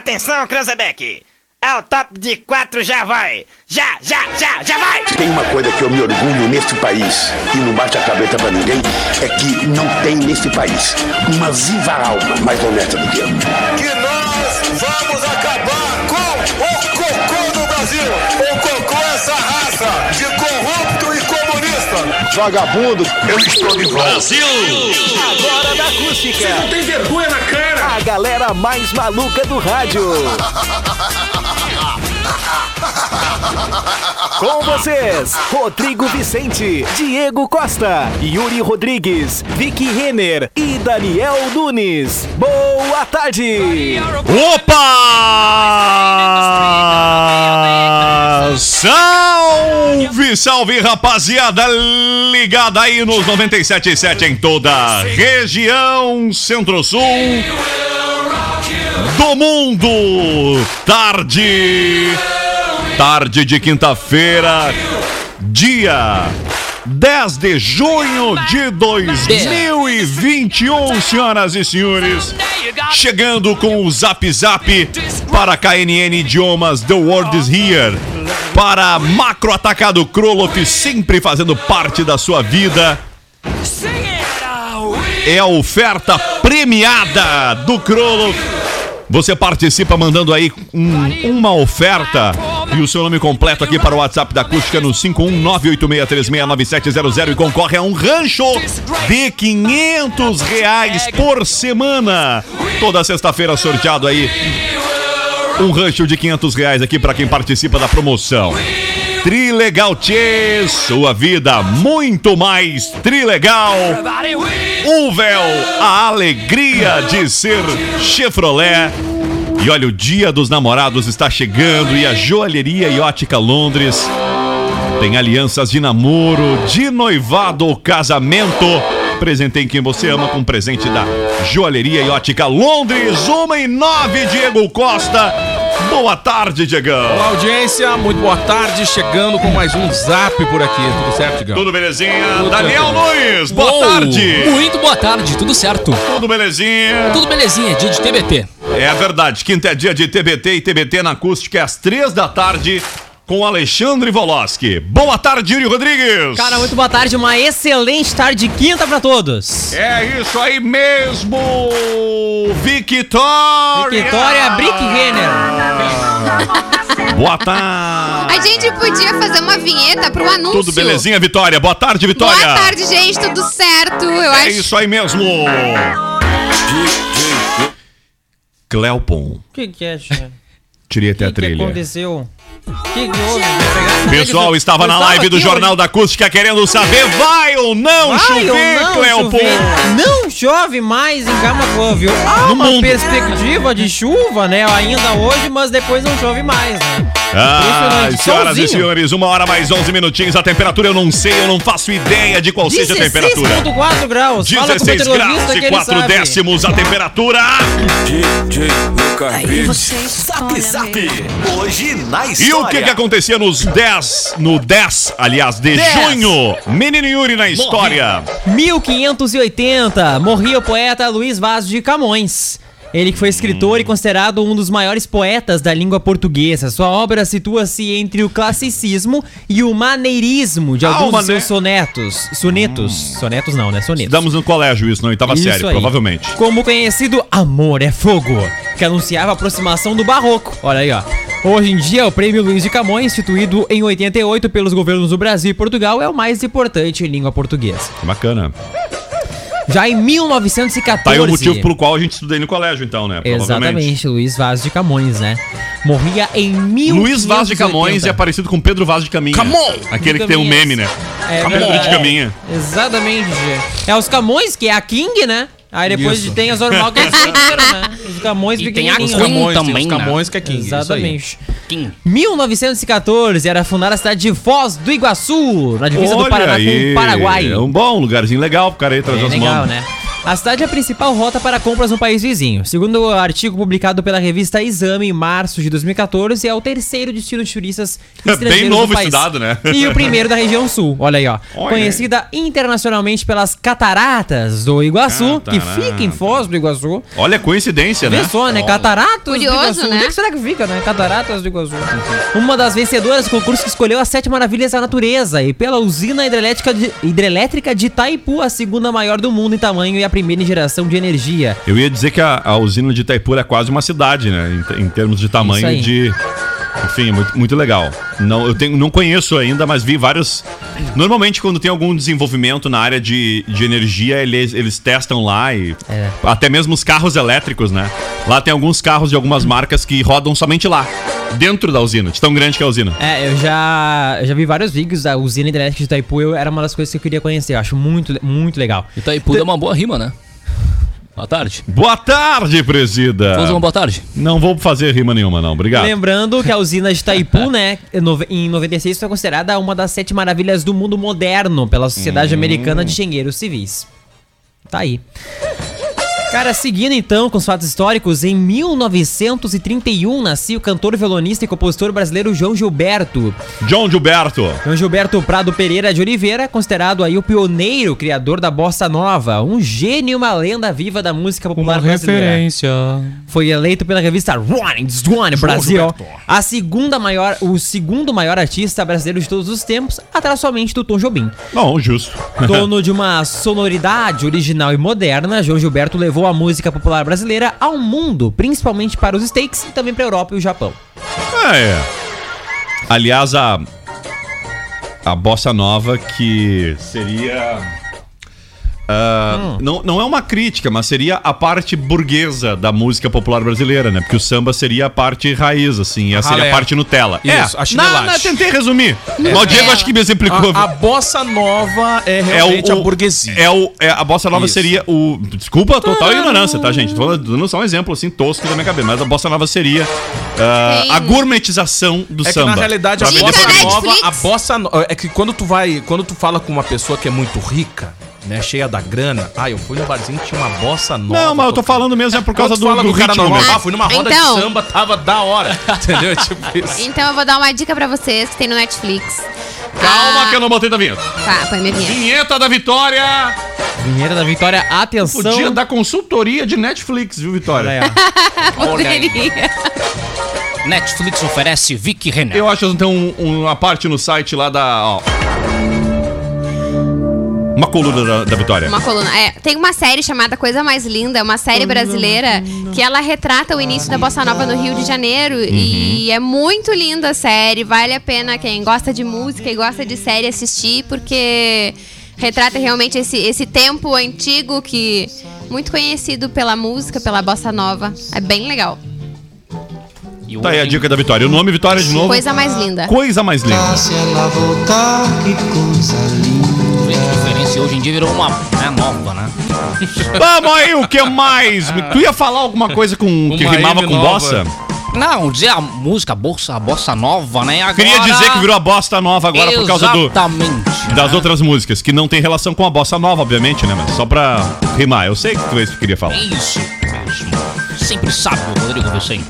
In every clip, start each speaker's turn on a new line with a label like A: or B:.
A: Atenção, Cranzebeck! É o top de quatro, já vai! Já, já, já, já vai!
B: Tem uma coisa que eu me orgulho neste país e não bate a cabeça pra ninguém, é que não tem neste país uma viva alma mais honesta do que eu.
C: que nós vamos acabar com o cocô do Brasil. O cocô é essa raça de corrupto e comunista.
B: Vagabundo, eu estou de volta.
D: Agora da acústica. Você não tem vergonha na cara. A galera mais maluca do rádio. Com vocês, Rodrigo Vicente, Diego Costa, Yuri Rodrigues, Vicky Renner e Daniel Nunes. Boa tarde.
E: Opa! Salve, salve, rapaziada! Ligada aí nos 97.7 em toda a região centro-sul do mundo. Tarde, tarde de quinta-feira, dia 10 de junho de 2021, senhoras e senhores. Tá Chegando com o Zap Zap para KNN Idiomas, The World is Here. Para Macro Atacado Kroloff, sempre fazendo parte da sua vida. É a oferta premiada do Kroloff. Você participa mandando aí um- uma oferta e o seu nome completo aqui para o WhatsApp da Acústica no 51986369700 e concorre a um rancho de 500 reais por semana. Toda sexta-feira sorteado aí um rancho de 500 reais aqui para quem participa da promoção. Trilegal Tchê, sua vida muito mais trilegal. O véu, a alegria de ser Chevrolet. E olha, o dia dos namorados está chegando e a joalheria e ótica Londres tem alianças de namoro, de noivado ou casamento. Presentei quem você ama com um presente da Joalheria e Ótica Londres, 1 e 9, Diego Costa. Boa tarde, Diegão.
F: Olá, audiência, muito boa tarde. Chegando com mais um zap por aqui. Tudo certo, Digão?
E: Tudo belezinha? Daniel Nunes, boa
G: Uou!
E: tarde.
G: Muito boa tarde, tudo certo?
E: Tudo belezinha?
G: Tudo belezinha, dia de TBT.
E: É verdade, quinta é dia de TBT e TBT na acústica é às três da tarde com Alexandre Voloski. Boa tarde, Yuri Rodrigues.
H: Cara, muito boa tarde, uma excelente tarde de quinta pra todos.
E: É isso aí mesmo! Victoria!
H: Vitória Brick Renner.
E: Boa tarde!
I: A gente podia fazer uma vinheta pro anúncio.
E: Tudo belezinha, Vitória? Boa tarde,
I: Boa
E: Vitória!
I: tarde, gente, tudo certo. Eu
E: É
I: acho.
E: isso aí mesmo! Cleopon,
H: O que, que é, gente?
E: tirei até
H: O
E: a
H: que, que
E: trilha.
H: aconteceu? O que, que houve? Pegar-
E: Pessoal, estava na
H: Eu tava
E: live do
H: aqui
E: Jornal da Acústica querendo saber, vai ou não
H: Vai ou
E: chover,
H: não
E: Cleopon?
H: chover? Não chove mais em Camacuã, viu? Há
E: No
H: uma
E: mundo.
H: perspectiva de chuva, né? Ainda hoje, mas depois não chove mais, né?
E: Ah, senhoras
H: Impressionante,
E: e
H: solzinho.
E: senhores, uma hora mais 11 minutinhos. A temperatura eu não sei, eu não faço ideia de qual seja a temperatura.
H: 16,4 graus. Fala com o
E: 16 graus
H: meteorologista que
E: e
H: ele
E: 4
H: sabe.
E: décimos a temperatura.
C: DJ Lucas
D: Zap Zap. Hoje na história.
E: E o que, que acontecia nos 10, no 10, aliás, de
H: 10.
E: junho? Menino Yuri na história.
H: 1580, morria o poeta Luiz Vaz de Camões. Ele que foi escritor e considerado um dos maiores poetas da língua portuguesa. Sua obra situa-se entre o classicismo e o maneirismo de alguns
E: Ah, o
H: dos seus sonetos. Sonetos. Sonetos não, né? Sonetos.
E: Hum. Damos no colégio isso, na oitava
H: Isso
E: série,
H: aí.
E: provavelmente.
H: Como o conhecido Amor é Fogo, que anunciava a aproximação do barroco. Olha aí, ó. Hoje em dia, o Prêmio Luiz de Camões, instituído em 88 pelos governos do Brasil e Portugal, é o mais importante em língua portuguesa.
E: Bacana.
H: Já em 1914.
E: Tá aí o motivo pelo qual a gente estudei no colégio, então, né?
H: Exatamente, Luiz Vaz de Camões, né? Morria em 1580.
E: Luiz Vaz de Camões é parecido com Pedro Vaz de Caminha.
G: Camon!
E: Aquele que tem um meme, né?
H: É
E: Pedro de
H: verdade.
E: Caminha.
H: Exatamente, Gê. É os Camões, que é a King, né? Aí depois
F: Isso.
H: de tem as normal que é né? Os Camões
G: E tem a
H: pequenininhos.
F: Os
G: Queen
F: Camões, tem
G: também,
F: os
G: né?
F: Camões que é King. isso aí.
H: Exatamente. 1914 era fundada a cidade de Foz do Iguaçu, na divisa do Paraná com o Paraguai.
E: É um bom É um lugarzinho legal pro cara aí trazer
H: Bem
E: as
H: legal,
E: mãos.
H: né? A cidade é a principal rota para compras no país vizinho. Segundo o artigo publicado pela revista Exame em março de 2014, é o terceiro destino de turistas
E: É Bem
H: estrangeiros
E: novo
H: do país.
E: esse dado, né?
H: E o primeiro da região sul. Olha aí, ó.
E: Olha aí.
H: Conhecida internacionalmente pelas cataratas do Iguaçu, que fica em Foz do Iguaçu.
E: Olha a coincidência, né?
H: Vê só, né? Cataratas do
I: Curioso,
H: Iguaçu.
I: né?
H: Onde é que será que fica, né? Cataratas do Iguaçu. Uma das vencedoras do concurso que escolheu as sete maravilhas da natureza e pela usina hidrelétrica de, hidrelétrica de Itaipu, a segunda maior do mundo em tamanho e a primeira em geração de energia.
E: Eu ia dizer que a, a usina de Itaipu é quase uma cidade, né? Em, te- em termos de tamanho
H: aí.
E: e de. Enfim, muito, muito legal. Não, eu tenho, não conheço ainda, mas vi vários. Normalmente, quando tem algum desenvolvimento na área de, de energia, eles, eles testam lá e.
H: É.
E: Até mesmo os carros elétricos, né? Lá tem alguns carros de algumas marcas que rodam somente lá, dentro da usina, de tão grande que é a usina.
H: É, eu já, eu já vi vários vídeos da usina hidrelétrica de Itaipu, eu, era uma das coisas que eu queria conhecer, eu acho muito, muito legal.
G: Itaipu dá uma boa rima, né? Boa tarde.
E: Boa tarde, presida!
F: Ah.
G: Vamos uma boa tarde.
E: Não vou fazer rima nenhuma, não. Obrigado.
H: Lembrando que a usina de Itaipu, né, nove- em 96 foi considerada uma das sete maravilhas do mundo moderno pela Sociedade Americana de Engenheiros Civis. Tá aí. Cara, seguindo então com os fatos históricos, em 1931 nascia um o cantor, violonista e compositor brasileiro João Gilberto.
E: John Gilberto.
H: João Gilberto Prado Pereira de Oliveira, considerado aí o pioneiro, criador da bossa nova, um gênio e uma lenda viva da música popular brasileira foi eleito pela revista Rolling Stone Brasil a segunda maior, o segundo maior artista brasileiro de todos os tempos, atrás somente do Tom Jobim.
E: Não, justo.
H: Dono de uma sonoridade original e moderna, João Gilberto levou a música popular brasileira ao mundo, principalmente para os States e também para a Europa e o Japão.
E: Ah, é. Aliás, a. A bossa nova que seria.
F: Hum.
E: ah, não, não é uma crítica, mas seria a parte burguesa da música popular brasileira, né? Porque o samba seria a parte raiz, assim, essa seria
F: ralé.
E: a parte Nutella.
F: Isso, a
E: é, na,
F: chinelagem.
E: na, tentei resumir. Mas o Diego acho que me explicou.
F: A, a bossa nova é
E: é o,
F: realmente
E: o-
F: a burguesia.
E: É o, é, a bossa nova
F: Isso.
E: seria o. Desculpa a total ignorância, tá, gente? Tô dando só um exemplo assim tosco da minha cabeça, mas a bossa nova seria ah,
I: Tem-
E: a gourmetização do
F: É que
E: samba.
F: na realidade
E: Pra
F: a
I: Dica
E: vender
F: bossa
E: pra
I: Netflix.
F: nova, a bossa no- é que quando tu vai, quando tu fala com uma pessoa que é muito rica, né, cheia da grana, ah, eu fui no barzinho que tinha uma bossa nova.
E: Não, mas eu tô falando mesmo é por causa do, do
F: cara
E: ritmo
F: normal,
E: mesmo.
F: ah, fui numa roda
I: Então.
F: de samba, tava da hora. Entendeu? Tipo isso.
I: Então eu vou dar uma dica pra vocês que tem no Netflix.
E: Calma
I: Ah,
E: que eu não botei da vinheta.
I: Tá, põe minha vinheta.
E: Vinheta da Vitória!
H: Vinheira da Vitória, atenção.
E: O dia da consultoria de Netflix, viu, Vitória?
H: Olha aí, ó.
I: Poderia.
G: Netflix oferece Vicky Renner.
E: Eu acho que eles não tem um- uma parte no site lá da. ó. Uma coluna da, da Vitória.
I: Uma coluna. É, tem uma série chamada Coisa Mais Linda, é uma série brasileira que ela retrata o início da bossa nova no Rio de Janeiro e é muito linda a série, vale a pena quem gosta de música e gosta de série assistir porque retrata realmente esse esse tempo antigo que muito conhecido pela música, pela bossa nova. É bem legal.
G: E
E: Tá aí a
G: ontem-
E: dica da Vitória. O nome Vitória de novo. Coisa,
I: Coisa Mais Linda.
E: mais linda.
G: Fez diferença e hoje em dia virou uma né, nova, né?
E: Vamos aí, o que mais? Tu ia falar alguma coisa com que
F: Uma
E: rimava
F: M
E: com
F: nova.
E: bossa?
G: Não, dizer a música, a bolsa, a bossa nova, né? Agora...
E: Queria dizer que virou a bosta nova agora por causa do,
G: Exatamente.
E: das outras músicas, que não tem relação com a bossa nova, obviamente, né? Mas só pra rimar. Eu sei que tu é isso que queria falar.
G: É isso mesmo. Sempre sábio, Rodrigo Vicente.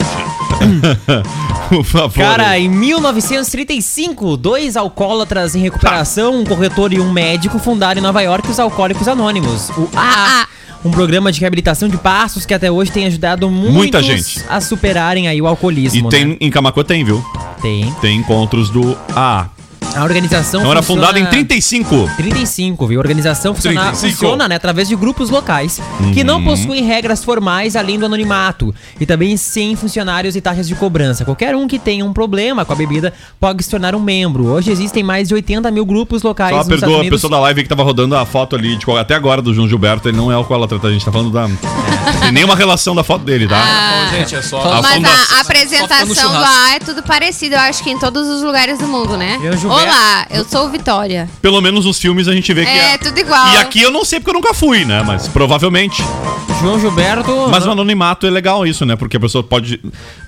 E: Por favor.
H: Cara, é em 1935, dois alcoólatras em recuperação, um corretor e um médico, fundaram em Nova York os Alcoólicos Anônimos, o AA. Um programa de reabilitação de passos que até hoje tem ajudado muitos
E: Muita gente.
H: a superarem aí o alcoolismo.
E: E
H: né?
E: tem em Camacuã tem, viu?
H: Tem.
E: Tem encontros do AA.
H: A organização.
E: Então era
H: funciona-
E: fundada em 35.
H: 35, viu? A organização funciona,
F: 35.
H: funciona, né, através de grupos locais que
E: Uhum.
H: não possuem regras formais além do anonimato e também sem funcionários e taxas de cobrança. Qualquer um que tenha um problema com a bebida pode se tornar um membro. Hoje existem mais de 80 mil grupos locais
E: Só
H: nos Estados
E: perdoa a
H: Unidos.
E: pessoa da live que tava rodando a foto ali, de qual- até agora do João Gilberto, ele não é alcoólatra, tá? A gente tá falando da. Tem nenhuma relação da foto dele, tá?
I: Ah.
F: Então, gente, é só.
E: A
I: Mas
E: fundação-
I: a,
G: Só fica no
I: apresentação do
G: churrasco.
I: AA é tudo parecido, eu acho que em todos os lugares do mundo, né?
H: E o Gilberto?
I: Olá, eu sou Vitória.
E: Pelo menos nos filmes a gente vê que
I: É, tudo igual.
E: E aqui eu não sei porque eu nunca fui, né? Mas provavelmente.
H: João Gilberto.
E: Mas o anonimato é legal isso, né? Porque a pessoa pode.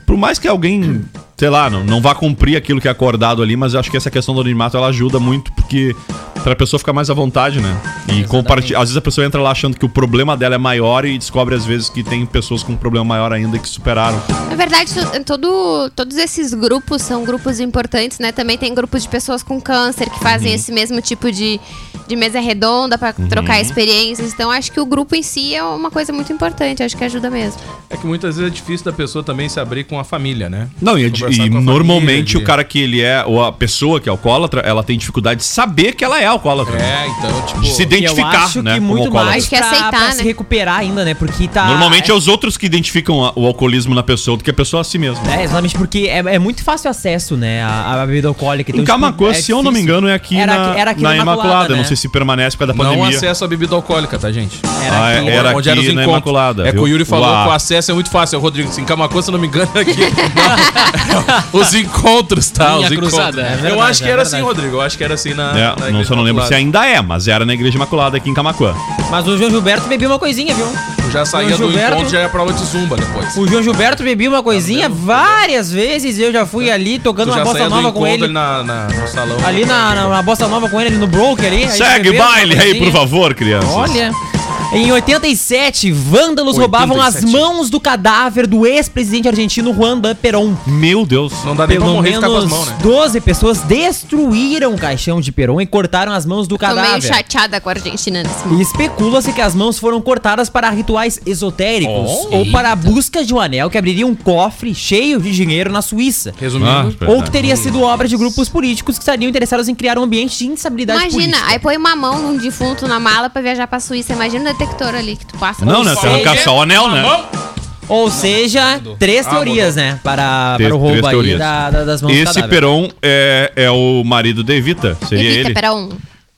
E: por mais que alguém, sei lá, não, não vá cumprir aquilo que é acordado ali, mas eu acho que essa questão do anonimato ela ajuda muito porque pra pessoa ficar mais à vontade, né? E compartilhar. Às vezes a pessoa entra lá achando que o problema dela é maior e descobre às vezes que tem pessoas com um problema maior ainda que superaram.
I: Na verdade, to- todo, todos esses grupos são grupos importantes, né? Também tem grupos de pessoas com câncer que fazem esse mesmo tipo de, de mesa redonda pra trocar experiências. Então, acho que o grupo em si é uma coisa muito importante. Acho que ajuda mesmo.
F: É que muitas vezes é difícil da pessoa também se abrir com a família, né?
E: Não, e, é
F: Conversar
E: e
F: com a família,
E: normalmente
F: de-
E: o cara que ele é, ou a pessoa que é alcoólatra, ela tem dificuldade de saber que ela é alcoólatra.
F: É, então, tipo.
E: De se
H: E eu
E: identificar,
H: acho
E: né?
H: que
E: como
H: muito
E: alcoólatra.
H: mais
I: Acho que é
H: pra,
I: aceitar,
H: pra
I: né?
H: se recuperar ainda, né? Porque tá...
E: Normalmente é
H: é,
E: os outros que identificam a- o alcoolismo na pessoa do que a pessoa a si mesma.
H: é, exatamente porque é, é muito fácil acesso, né? A, a bebida alcoólica.
E: Em
H: tipo,
E: Camacuã,
H: é
E: se eu não me
H: difícil.
E: engano, é aqui
H: Era
E: na,
H: aqui- era aqui
E: na
H: na
E: Imaculada.
H: Imaculada, né?
E: Não sei se permanece por causa da
F: Não
E: pandemia.
F: acesso à bebida alcoólica, tá, gente?
H: Era
E: Ah,
H: aqui.
E: era
F: onde eram os
E: aqui na
F: encontros.
E: Imaculada.
F: É que o Yuri falou
E: Uá.
F: que o acesso é muito fácil. O Rodrigo, assim, Camacô, se eu não me engano, é aqui. os encontros, tá?
G: Linha
F: os encontros.
G: cruzada. É
H: verdade,
F: eu acho que
H: é
F: era
H: verdade.
F: assim, Rodrigo. Eu acho que era assim na.
E: É,
F: na
E: não, só não lembro se
F: Imaculada.
E: ainda é, mas era na Igreja Imaculada aqui em Camacuã.
H: Mas o João Gilberto bebia uma coisinha, viu?
E: é-
F: Já saía do
H: O Gilberto-
F: encontro, já ia pra aula de zumba depois.
H: O João Gilberto bebia uma coisinha várias vezes. Eu já fui ali tocando uma bossa nova com ele.
F: na, na- no salão.
H: Ali na, na, na bossa nova com ele, ali no broker ali. aí
E: Segue
H: bebeu uma
E: baile aí,
H: coisinha.
E: por favor, crianças.
H: Olha. Em 87, vândalos roubavam as
F: 87.
H: mãos do cadáver do ex-presidente argentino Juan Perón.
E: Meu Deus.
F: Não dá nem pra
H: Pelo
F: morrer e ficar com as
H: menos
F: mãos, né?
H: 12 pessoas destruíram o caixão de Perón e cortaram as mãos do
I: Tô meio
H: cadáver.
I: chateada com a Argentina nesse momento.
H: E especula-se que as mãos foram cortadas para rituais esotéricos
F: Oh.
H: ou para a busca de um anel que abriria um cofre cheio de dinheiro na Suíça.
F: Resumindo.
E: Ah,
H: Ou que teria sido obra de grupos políticos que estariam interessados em criar um ambiente de instabilidade
I: Imagina,
H: política.
I: aí põe uma mão num defunto na mala pra viajar pra Suíça. Imagina o detector ali que tu passa.
E: Não,
H: um
E: né? Você arrancar só o anel, né?
H: Ou seja, três
F: Ah,
H: teorias, né? Para,
E: Três-
H: para o
E: três
H: roubo aí
E: teorias.
H: da- da- das mãos do
E: Esse
H: cadáver.
E: Peron é, é o marido de Evita. Seria
I: Evita,
E: ele?
I: pera um.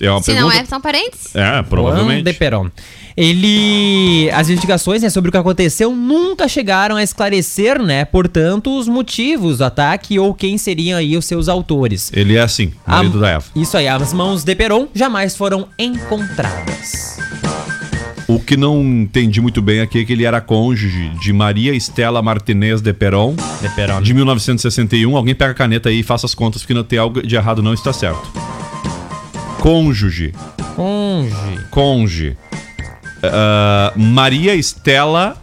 E: É uma
I: Se não
E: pergunta.
I: é, são parentes?
E: É,
H: Juan de
E: provavelmente.
H: Perón. Ele. As investigações né, sobre o que aconteceu nunca chegaram a esclarecer, né? Portanto, os motivos do ataque ou quem seriam aí os seus autores.
E: Ele é assim, marido
H: A-
E: da Eva.
H: Isso aí, as mãos de Peron jamais foram encontradas.
E: O que não entendi muito bem aqui é que ele era cônjuge de Maria Estela Martinez de Perón,
H: De Peron.
E: de 1961. Alguém pega a caneta aí e faça as contas, porque não tem algo de errado, não está certo. Cônjuge,
H: Conge.
E: cônjuge. Ah, Maria Estela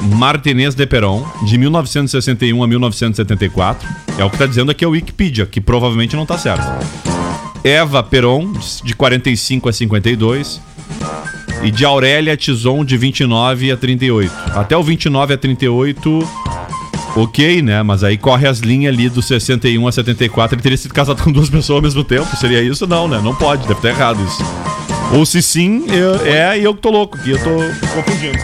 E: Martinez de Perón, de 1961 a 1974. É o que está dizendo aqui a Wikipedia, que provavelmente não está certo. Eva Peron, de 45 a 52. E de Aurélia Tison, de 29 a 38. Até o 29 a 38, ok, né? Mas aí corre as linhas ali do 61 a 74. Ele teria sido casado com duas pessoas ao mesmo tempo. Seria isso? Não, né? Não pode, deve estar errado isso. Ou se sim, eu- é e eu que tô louco, que eu tô confundindo.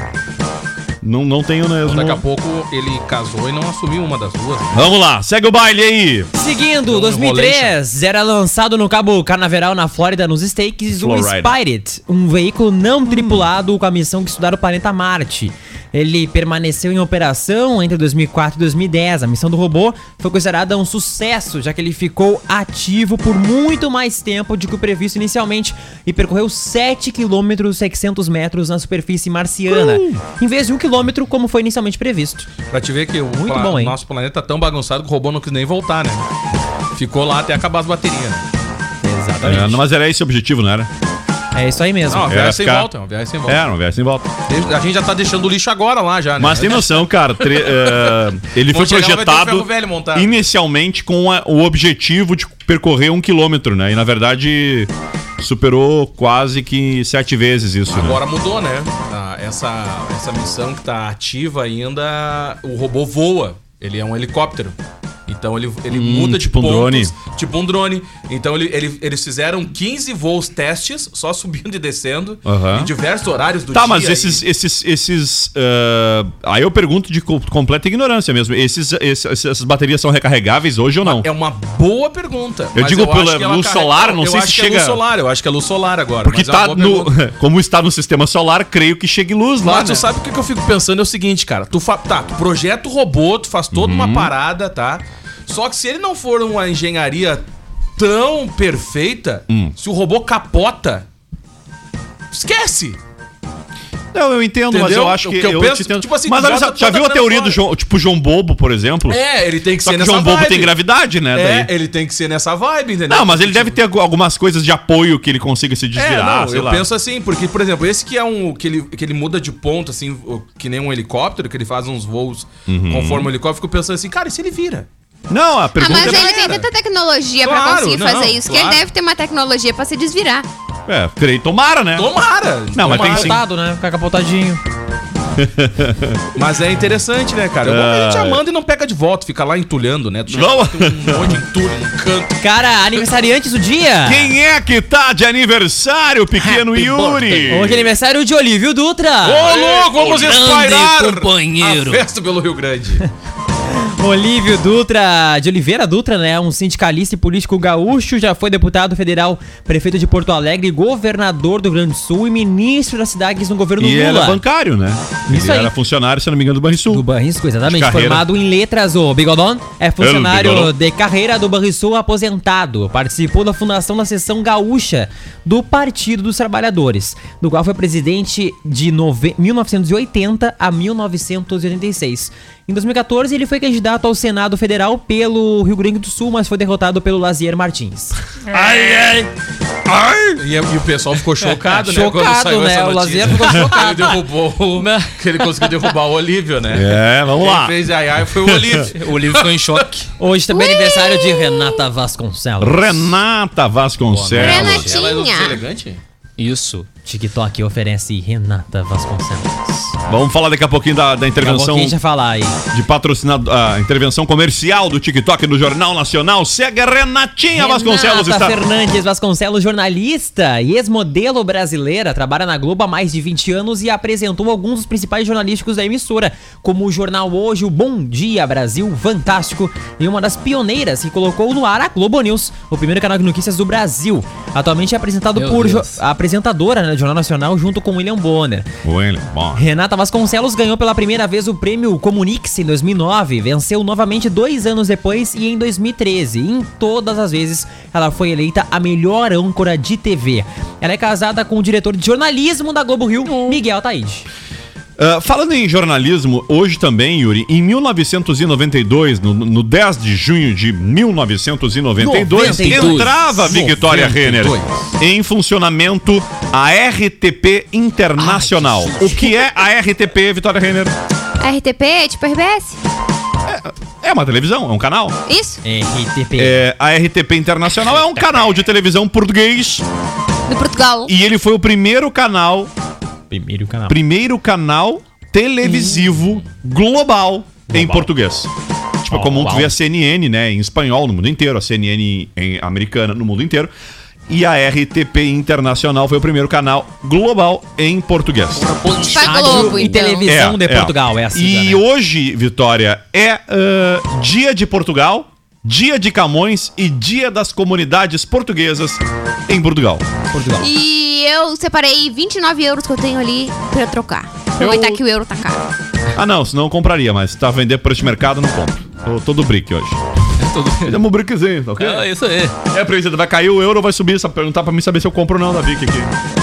E: Não, não tenho mesmo.
F: Então Daqui a pouco ele casou e não assumiu uma das duas. né?
E: Vamos lá, segue o baile aí.
H: Seguindo,
F: um
H: 2003, era lançado no Cabo Carnaveral, na Flórida, nos States, o
E: Florida.
H: Spirit, um veículo não tripulado com a missão de estudar o planeta Marte. Ele permaneceu em operação entre 2004 e 2010. A missão do robô foi considerada um sucesso, já que ele ficou ativo por muito mais tempo do que o previsto inicialmente e percorreu 7 km 600 metros na superfície marciana,
E: Uh!
H: em vez de 1 km como foi inicialmente previsto.
F: Pra te ver que o
H: Muito
F: pla-
H: bom, hein?
F: nosso planeta tá tão bagunçado que o robô não quis nem voltar, né? Ficou lá até acabar as baterias, né?
E: É, não, mas era esse o objetivo, não era?
H: É isso aí mesmo.
F: Não, uma
E: É,
F: viagem sem
E: ficar-
F: volta, uma viagem sem volta.
E: É, não viesse em volta.
F: Desde- A gente já tá deixando o lixo agora lá já, né?
E: Mas tem noção, cara. tre- é, ele foi
F: Vamos chegar lá, vai ter um ferro
E: projetado
F: velho montado.
E: inicialmente com a- o objetivo de percorrer um quilômetro, né? E na verdade superou quase que sete vezes isso, né?
F: Agora mudou, né? Ah, essa, essa missão que tá ativa ainda, o robô voa. Ele é um helicóptero. Então ele, ele
G: Hum,
F: muda de
E: tipo um
F: pontos,
E: drone.
F: Tipo um drone. Então ele, ele- eles fizeram 15 voos testes, só subindo e descendo,
E: Aham.
F: em diversos horários do
E: Tá,
F: dia.
E: mas esses, esses, esses, ah, aí eu pergunto de co- completa ignorância mesmo. Esses, esses- essas baterias são recarregáveis hoje ou não?
F: É uma boa pergunta.
E: Eu
F: mas
E: digo
F: acho
E: pela
F: que ela
E: luz
F: carrega-
E: solar, não
F: eu
E: sei
F: acho
E: se
F: que É
E: chega-
F: luz solar, eu acho que é luz solar agora.
E: Porque
F: mas é uma
E: tá
F: boa
E: no,
F: pergunta.
E: como está no sistema solar, creio que chegue luz lá.
F: Mas tu
E: né?
F: sabe o que, que eu fico pensando é o seguinte, cara. Tu, fa... tá, tu projeta o robô, tu faz toda
E: Uhum.
F: uma parada, tá? Só que se ele não for uma engenharia tão
E: Hum.
F: perfeita, se o robô capota, esquece.
E: Não, eu entendo, mas
F: Entendeu?
E: eu acho
F: O
E: que,
F: que eu
E: eu,
F: penso,
E: te entendo.
F: tipo assim,
E: mas olha só,
F: joga
E: já
F: toda
E: viu a
F: grana
E: teoria
F: fora.
E: do João, tipo João Bobo, por exemplo?
F: É, ele tem que
E: Só
F: ser
E: que o
F: nessa
E: João Bobo
F: vibe.
E: tem gravidade, né?
F: É,
E: Daí-
F: ele tem que ser nessa vibe, entendeu?
E: Não, mas ele deve ter algu- algumas coisas de apoio que ele consiga se
F: É,
E: desvirar,
F: não,
E: sei
F: eu
E: lá.
F: penso assim, porque, por exemplo, esse que é um. que ele, que ele muda de ponto, assim, o- que nem um helicóptero, que ele faz uns voos
E: Uhum.
F: conforme o helicóptero, eu fico pensando assim, cara, e se ele vira?
E: Não, a
I: Ah,
E: pergunta
I: mas
E: é...
I: ele tem tanta tecnologia pra
F: Claro,
I: conseguir
F: não,
I: fazer isso que
F: claro.
I: ele deve ter uma tecnologia pra se desvirar.
E: É, creio, tomara, né?
F: Tomara!
E: Não, mas tem
F: tomara.
E: sim.
H: Capotado, né? Ficar capotadinho.
F: Mas é interessante, né, cara? É bom que a gente já manda e não pega de volta, fica lá entulhando, né? Tu chega
E: Vamos.
F: lá, tem um monte de entulho no canto.
H: Cara, aniversariantes do dia.
E: Quem é que tá de aniversário, pequeno
G: Happy
E: Yuri?
G: birthday.
H: Hoje é aniversário de Olívio
F: Ô,
H: Dutra.
F: louco, vamos
G: Grande
F: espairar!
G: companheiro.
F: A festa pelo Rio Grande.
H: Olívio Dutra, de Oliveira Dutra, né? Um sindicalista e político gaúcho, já foi deputado federal, prefeito de Porto Alegre, governador do Rio Grande do Sul e ministro das cidades no governo
E: E era
H: Lula.
E: bancário, né?
H: Isso
E: ele
H: aí.
E: era funcionário, se não me engano, do
H: Do
E: Banrisul.
H: Banrisul, exatamente.
E: De carreira.
H: Formado em letras, o Bigodon é
E: El Bigodon.
H: funcionário de carreira do Banrisul aposentado. Participou da fundação da seção gaúcha do Partido dos Trabalhadores, do qual foi presidente de nove- 1980 a 1986. Em 2014, ele foi candidato ao Senado Federal pelo Rio Grande do Sul, mas foi derrotado pelo Lazier Martins.
F: E, e o pessoal ficou chocado, né?
H: Chocado, né? O Lazier ficou Né?
F: Ele derrubou o, que ele conseguiu derrubar o Olívio, né?
E: É, vamos lá.
F: Quem fez ai ai foi o Olívio.
G: O livro ficou em choque.
H: Hoje também é aniversário de Renata Vasconcelos.
E: Renata Vasconcelos.
I: Renatinha.
F: Ela é do elegante?
G: Isso.
H: TikTok oferece Renata Vasconcelos.
E: Vamos falar daqui a pouquinho da, da
H: Daqui a pouquinho
E: intervenção
H: a gente vai falar aí.
E: de patrocinado, a intervenção comercial do TikTok do Jornal Nacional. Segue a Renatinha
H: Renata
E: Vasconcelos está.
H: Fernandes Vasconcelos, jornalista e ex-modelo brasileira, trabalha na Globo há mais de 20 anos e apresentou alguns dos principais jornalísticos da emissora, como o Jornal Hoje, o Bom Dia Brasil, Fantástico, e uma das pioneiras que colocou no ar a Globo News, o primeiro canal de notícias do Brasil. Atualmente é apresentado
G: Meu
H: por jo-
G: Deus.
H: apresentadora né, do Jornal Nacional junto com William Bonner.
E: Bueno, bom.
H: Renata Vasconcelos ganhou pela primeira vez o prêmio Comunix em 2009, venceu novamente dois anos depois e em 2013. E em todas as vezes, ela foi eleita a melhor âncora de TV. Ela é casada com o diretor de jornalismo da Globo Rio,
I: Uhum.
H: Miguel Ataíde.
E: Ah, falando em jornalismo, hoje também, Yuri, em 1992, no, no 10 de junho de 1992,
H: 92.
E: entrava a Victoria Renner em funcionamento a RTP Internacional. o que é a RTP, Vitória Renner?
I: A RTP, tipo RBS.
E: É uma televisão, é um canal.
I: Isso,
H: RTP.
E: É, a RTP Internacional é um canal de televisão português
I: do Portugal. um
E: e ele foi o primeiro canal,
H: Primeiro canal.
E: primeiro canal televisivo global, em português. Tipo, como tu vê a CNN, né, em espanhol no mundo inteiro, a CNN em americana no mundo inteiro. E a RTP Internacional foi o primeiro canal global em português.
I: Tipo a Globo,
H: e
I: então.
H: televisão de Portugal, é assim.
E: E hoje, Vitória, é ah, dia de Portugal, dia de Camões e dia das comunidades portuguesas em Portugal.
I: E eu separei 29 euros que eu tenho ali pra eu trocar. Aproveitar que o euro tá caro.
E: Ah, não, senão eu compraria, mas tá vender por este mercado, não compro. Tô todo brick hoje. Dá um brickzinho, tá ok?
G: É isso aí.
E: É, presidente, vai cair o euro ou vai subir? Só perguntar pra mim saber se eu compro ou não da Vic aqui.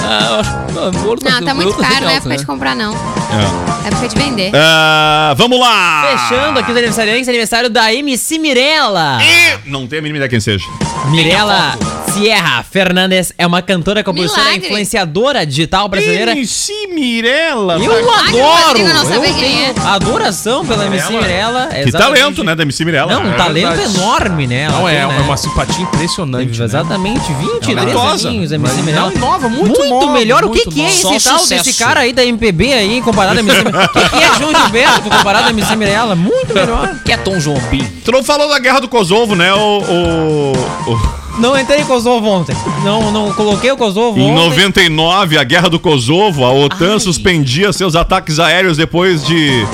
G: Ah, eu acho- ah, o ouro
I: Não, tá muito
G: ouro
I: caro,
G: sempre
I: não é
G: alto,
H: né?
I: época de comprar, não. É época de vender.
E: Ah, vamos lá!
H: Fechando aqui os aniversariantes, aniversário da MC Mirella.
E: E- Não tenho a mínima ideia quem seja.
H: Mirella Sierra Fernandes é uma cantora, compositora e
I: Milagre.
H: influenciadora digital brasileira.
E: MC Mirella!
H: Eu
I: Ah, que
H: adoro!
I: Rodrigo não sabe
H: eu
I: quem é.
H: tenho adoração pela MC Mirella.
E: Que
H: exatamente.
E: talento, né, da MC Mirella?
H: Não, um
E: É.
H: talento
F: verdade.
H: enorme, né? Ela
F: Não, é,
H: tem,
F: é
H: né?
F: uma simpatia impressionante. né?
H: Exatamente, 23
E: talentosa,
H: aninhos,
F: mas
H: MC Mirella.
F: não nova, muito nova,
H: melhor. o que,
F: muito
H: que é
F: nova.
H: esse
G: Só
H: tal
G: sucesso.
H: desse cara aí da MPB aí, comparado a MC Mirella? O que, que é João Gilberto comparado a MC Mirella? Muito melhor.
G: né? Que é Tom Jobim.
E: Tu não falou da guerra do Kosovo, né? O, o- o-
H: Não entrei em Kosovo ontem. Não, não coloquei o Kosovo
E: Em
H: ontem.
E: 99, a guerra do Kosovo, a OTAN suspendia seus ataques aéreos depois de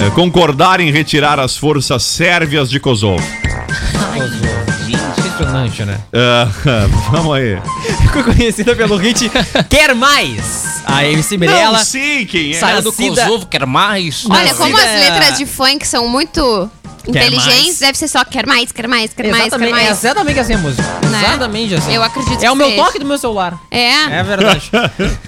E: eh, concordar em retirar as forças sérvias de Kosovo.
H: Impressionante, né?
E: Ah, vamos aí.
H: Ficou conhecida pelo hit Quer Mais. A MC Mirella.
E: Não sei quem é.
G: Saiu do
H: Nascida-
G: Kosovo, quer mais.
I: Olha, como as
H: Nascida-
I: letras de funk são muito Inteligentes deve ser só quer mais, quer mais, quer mais, quer
H: Exatamente, é
I: mais.
H: exatamente assim a música.
I: Né?
H: Exatamente assim.
I: Eu acredito
H: É o
I: que
H: meu
I: seja.
H: toque do meu celular.
I: É.
H: É verdade.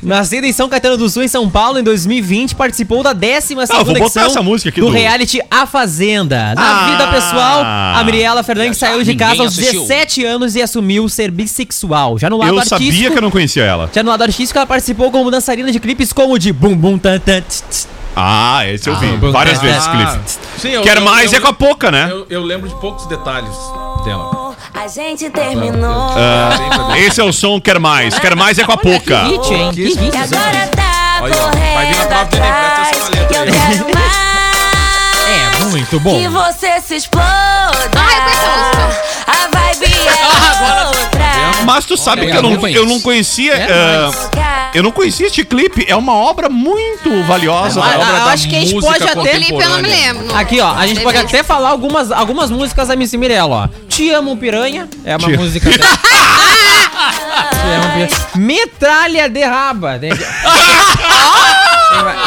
H: Nascida em São Caetano do Sul, em São Paulo, em 2020, participou da 12
E: Ah, eu vou
H: segunda
E: botar
H: edição
E: essa música aqui
H: do
E: do-
H: reality A Fazenda. Na
E: Ah!
H: vida pessoal, a Mariela Fernandes saiu de
G: ninguém
H: casa aos
G: assistiu.
H: 17 anos e assumiu ser bissexual. Já no lado
E: Eu
H: artístico...
E: sabia que eu não conhecia ela.
H: Já no lado artístico, ela participou como dançarina de clipes como o de Bum Bum Tan Tan tch, tch.
E: Ah, esse eu vi.
G: Ah,
E: Várias
G: ah.
E: vezes,
F: Ah,
E: Cliff.
F: sim, eu-
E: Quer
F: eu-
E: mais
F: eu-
E: é com a pouca, né?
F: Eu, eu lembro de poucos detalhes dela.
J: A gente terminou.
E: Esse é o som Quer Mais. Quer mais é com a pouca.
H: Que hit, hein? Que hit.
J: E agora tá
F: Olha, vai vir na
J: correndo
F: prova de
J: atrás.
F: decreto essa letra
J: E eu
F: aí.
J: quero mais
H: É, muito bom.
J: que você se exploda.
I: Ah, eu conheço a música.
J: a vibe
G: Ah,
J: é
G: agora-
F: Tá
J: outra.
E: Mas tu sabe
G: Olha,
E: que eu
G: eu
E: não,
G: conheço.
E: eu não conhecia.
G: Quer
E: ah,
G: mais.
E: eu não conhecia este clipe. É uma obra muito valiosa.
H: Ah,
E: né?
H: eu acho que a gente pode até-
I: Felipe, eu não me lembro.
H: Aqui, ó, a gente pode
I: Deveria.
H: até falar algumas, algumas músicas da Missy Mirella, ó. Te Amo Piranha é uma
E: Te-
H: música. dela. Te Amo Piranha. Metralha de raba. Tem-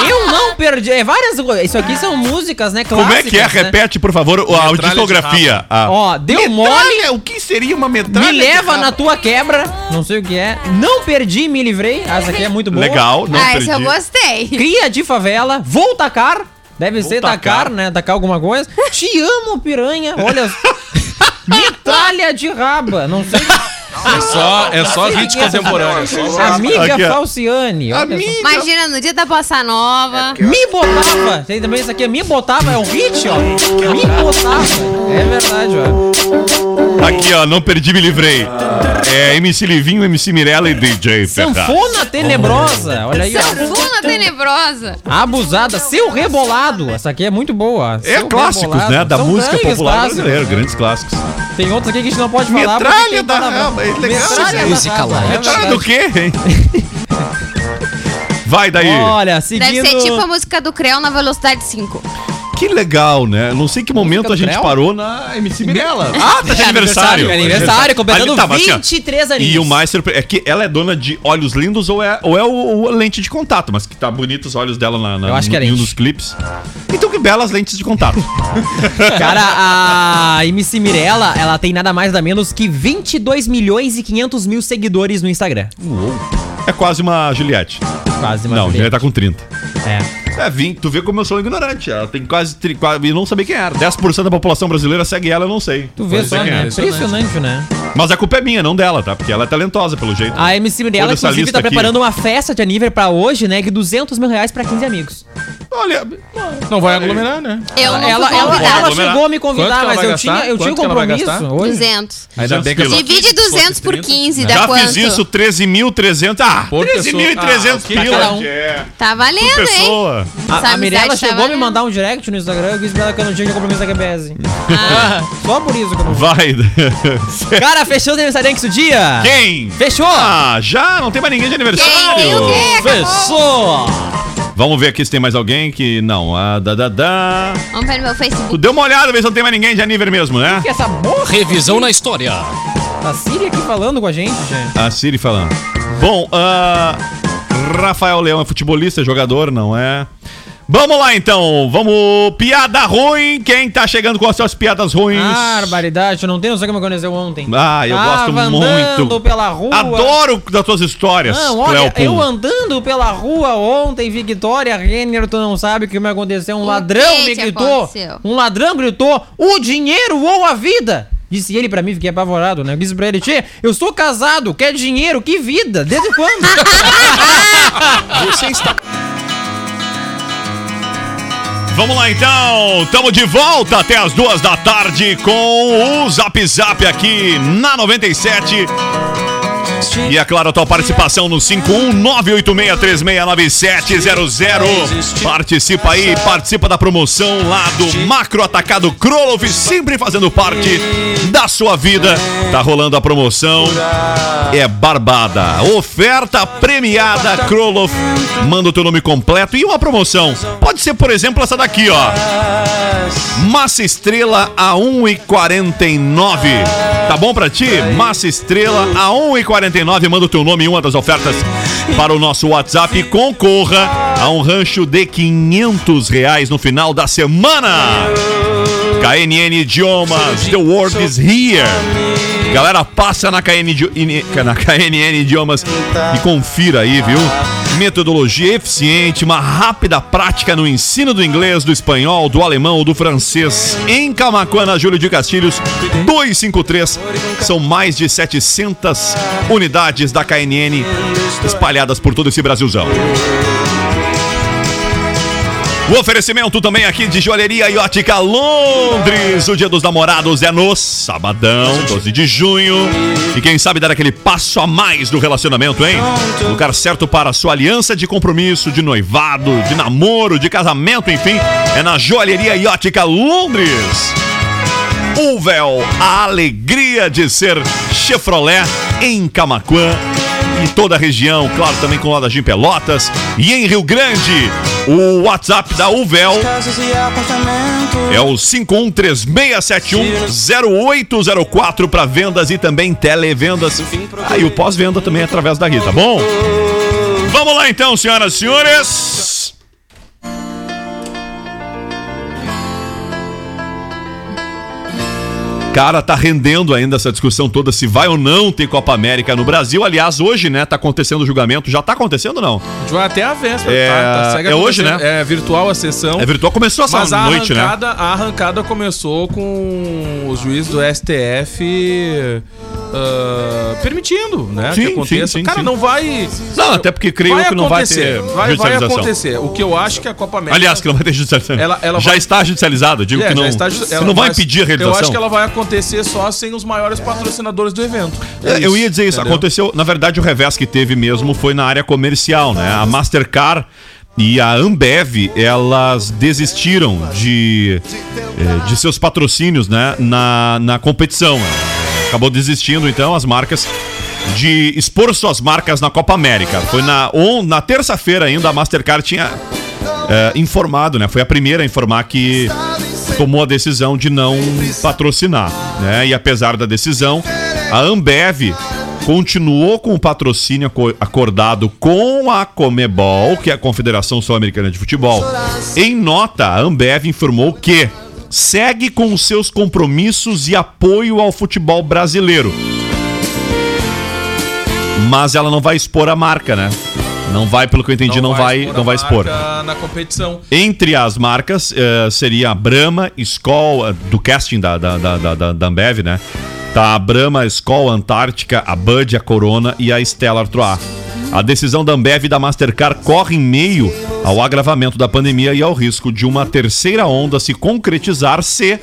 H: Eu não perdi. É várias. Isso aqui são músicas, né?
E: Como é que é?
H: clássicas, né?
E: Repete, por favor, a
F: de
E: discografia. Ah.
H: Ó, deu mole.
E: Metralha? O que seria uma metralha?
H: Me leva na tua quebra. Não sei o que é. Não perdi, me livrei. Essa aqui é muito boa.
E: Legal, não
I: Ah,
E: perdi.
I: esse eu gostei.
H: Cria de favela, vou tacar. Deve ser tacar, né? Tacar alguma coisa. Te amo, piranha. Olha. Metralha de raba. Não sei.
F: É só, é só hit contemporâneo. é só-
H: Amiga
E: Aqui, ó.
H: Falciane. olha só.
E: Amiga.
I: Imagina, no dia da Bossa Nova.
H: Me botava. Tem também isso aqui. é Me botava. É um hit, ó. Me botava. É verdade, ó.
E: Aqui, ó, não perdi, me livrei. É MC Livinho, MC Mirella e DJ Ferraz.
H: Sanfona tenebrosa. Olha aí, ó.
I: Sanfona Tenebrosa.
H: Abusada. Seu rebolado. Essa aqui é muito boa.
E: É
H: Seu
E: clássicos,
H: Rebolado.
E: né? Da
H: São
E: música
H: grandes
E: popular
H: clássicos. né?
E: brasileira, grandes clássicos.
H: Tem outros aqui que a gente não pode falar. porque
E: Metralha
H: tem
E: da
H: palavrão.
E: Raba, é legal
H: Metralha
E: essa
H: da
G: música
H: Raba,
G: lá.
H: é
G: Metralha
E: Metralha
H: verdade.
E: do quê, hein? Vai daí.
H: Olha, seguindo...
I: Deve ser tipo a música do Creu na velocidade 5.
E: Que legal, né? Não sei que momento
H: do
E: a gente
H: Creu?
E: parou na MC Mirella. Ah, tá de
H: É
E: aniversário.
H: aniversário, aniversário, completando
E: Ali tava assim, ó.
H: 23 aninhos.
E: E o mais surpreendente é que ela é dona de olhos lindos ou é, ou é o, o lente de contato, mas que tá bonito os olhos dela na, na-
H: Eu acho
E: no-
H: que é
E: em um
H: lente.
E: dos clipes. Então que belas lentes de contato.
H: Cara, a MC Mirella, ela tem nada mais nada menos que 22 milhões e 500 mil seguidores no Instagram.
E: é quase uma Juliette.
H: Quase uma
E: Não,
H: Juliette.
E: Juliette tá com 30.
H: É.
E: É, vim, tu vê como eu sou ignorante. Ela tem quase. tri- qua- E não sabia quem era. 10% da população brasileira segue ela, eu não sei.
H: Tu vê
E: Não sei
H: só,
E: quem
H: né?
E: é.
H: Impressionante, né?
E: Mas a culpa é minha, não dela, tá? Porque ela é talentosa, pelo jeito.
H: A MC Mirella,
E: Toda essa
H: inclusive,
E: lista
H: tá
E: aqui.
H: preparando uma festa de aniversário pra hoje, né? De 200 mil reais pra 15 amigos.
E: Olha,
F: Não vai aglomerar, né?
I: Eu não
H: Ela,
I: fui
H: ela,
I: convidada.
H: ela
E: Vamos lá.
H: chegou a me
F: Quanto que
H: convidar,
F: ela
H: mas
F: vai
H: eu tinha, eu
F: gastar?
H: tinha um
F: Quanto que ela vai
H: compromisso
F: gastar?
H: hoje.
I: 200.
F: Ainda bem que ela-
I: Divide 200 por 15, dá
E: já
I: quanto?
E: fiz isso, 13.300. Ah,
F: Por
E: 13.300
F: pessoa. Ah,
E: pila.
H: cada um.
E: É,
I: Tá
E: por
I: valendo, hein?
E: pessoa.
I: Essa
H: A, a
I: amizade
H: Mirella
I: tá
H: chegou a me
I: valendo.
H: mandar um direct no Instagram e eu disse pra ela que eu não tinha compromisso da GBS. Só por isso que eu não vou.
E: Vai.
H: Cara, fechou os aniversariantes do dia?
E: Quem?
H: Fechou!
E: Ah, já? Não tem mais ninguém de aniversário.
I: Quem? é? O quê?
H: Fechou!
E: Vamos ver aqui se tem mais alguém que. Não, ah, da, da, da.
I: Vamos ver no meu
E: Tu
I: Facebook.
E: deu uma olhada, ver se não tem mais ninguém de aniversário mesmo, né?
H: Que essa morra
G: Revisão na história.
H: da Síria Tá aqui falando com a gente, gente.
E: A Siri falando. Bom, ah, Rafael Leão é futebolista, é jogador, não é? Vamos lá então, vamos. Piada ruim, quem tá chegando com as suas piadas ruins?
H: Barbaridade, eu não tenho, não sei como aconteceu ontem.
E: Ah, eu gosto
H: Tava
E: muito.
H: andando pela rua.
E: Adoro das tuas
F: É
E: histórias,
H: Não, olha,
E: Cleopum.
H: eu andando pela rua ontem, Victoria Renner, tu não sabe o que me aconteceu. Um
I: O
H: ladrão
I: que
H: me
I: te
H: gritou.
I: aconteceu?
H: Um ladrão gritou: o dinheiro ou a vida! Disse ele pra mim, fiquei apavorado, né? Eu disse pra ele, Tchê, eu sou casado, quer dinheiro, que vida? Desde quando?
G: Você está.
E: Vamos lá então, estamos de volta até as duas da tarde com o Zap Zap aqui na 97. E é claro, a tua participação no 51986369700. Participa aí, participa da promoção lá do Macro Atacado Krolov, sempre fazendo parte da sua vida. Tá rolando a promoção é barbada. Oferta premiada Kroloff. Manda o teu nome completo e uma promoção. Pode ser, por exemplo, essa daqui, ó. Massa Estrela a 1,49. Tá bom pra ti? Massa Estrela a 1,49. Manda o teu nome em uma das ofertas para o nosso WhatsApp e concorra a um rancho de 500 reais no final da semana. KNN Idiomas, The World is Here. Galera, passa na KN, Idi- ini- na KNN Idiomas e confira aí, viu? Metodologia eficiente, uma rápida prática no ensino do inglês, do espanhol, do alemão, do francês. Em Camacuana, Júlio de Castilhos, 253. São mais de 700 unidades da KNN espalhadas por todo esse Brasilzão. O oferecimento também aqui de Joalheria e Ótica Londres. O Dia dos Namorados é no sabadão, 12 de junho. E quem sabe dar aquele passo a mais do relacionamento, hein? Lugar certo para a sua aliança de compromisso, de noivado, de namoro, de casamento, enfim. É na Joalheria e Ótica Londres. O véu, a alegria de ser Chevrolet em Camaquã e toda a região, claro, também com lojas em Pelotas e em Rio Grande. O WhatsApp da Uvel é o 5136710804 para vendas e também televendas. Aí o pós-venda também é através da Rita, tá bom? Vamos lá então, senhoras e senhores. Cara, tá rendendo ainda essa discussão toda se vai ou não ter Copa América no Brasil. Aliás, hoje, né, tá acontecendo o julgamento. Já tá acontecendo ou não?
F: A gente vai até a véspera, tá?
E: É,
F: Segue
E: é hoje,
F: acontecendo. É virtual a sessão.
E: É virtual, começou essa
F: Mas a
E: noite, né?
F: arrancada, a arrancada começou com os juízes do STF ah, permitindo, né?
E: Sim,
F: que aconteça.
E: sim, sim,
F: Cara,
E: sim.
F: não vai.
E: Não, até porque creio que não vai ter
F: acontecer. Vai, vai
E: judicialização.
F: acontecer. O que eu acho que a Copa América.
E: Aliás, que não vai ter judicialização.
F: Ela- ela
E: já
F: vai-
E: está judicializado, eu digo
F: É,
E: que
F: já
E: não.
F: está-
E: Você
F: ela
E: não vai
F: vai-
E: impedir a
F: Eu
E: realização.
F: acho que ela vai acontecer só sem os maiores patrocinadores do evento.
E: É, eu ia dizer isso,
F: Entendeu?
E: aconteceu. Na verdade, o revés que teve mesmo foi na área comercial, né? A Mastercard e a Ambev, elas desistiram de, eh, de seus patrocínios, né? Na, na competição. Acabou desistindo, então, as marcas de expor suas marcas na Copa América. Foi na, on- na terça-feira ainda, a Mastercard tinha é, informado, né? Foi a primeira a informar que tomou a decisão de não patrocinar, né? E apesar da decisão, a Ambev continuou com o patrocínio aco- acordado com a Comebol, que é a Confederação Sul-Americana de Futebol. Em nota, a Ambev informou que segue com os seus compromissos e apoio ao futebol brasileiro. Mas ela não vai expor a marca, né? Não vai, pelo que eu entendi, não, vai,
F: expor a
E: não vai expor.
F: marca Na competição.
E: Entre as marcas eh, seria a Brahma, Skol, eh, do casting da, da, da, da, da- da Ambev, né? Tá a Brahma, a Skol, a Antártica, a Bud, a Corona e a Stella Artois. A decisão da Ambev e da Mastercard corre em meio ao agravamento da pandemia e ao risco de uma terceira onda se concretizar se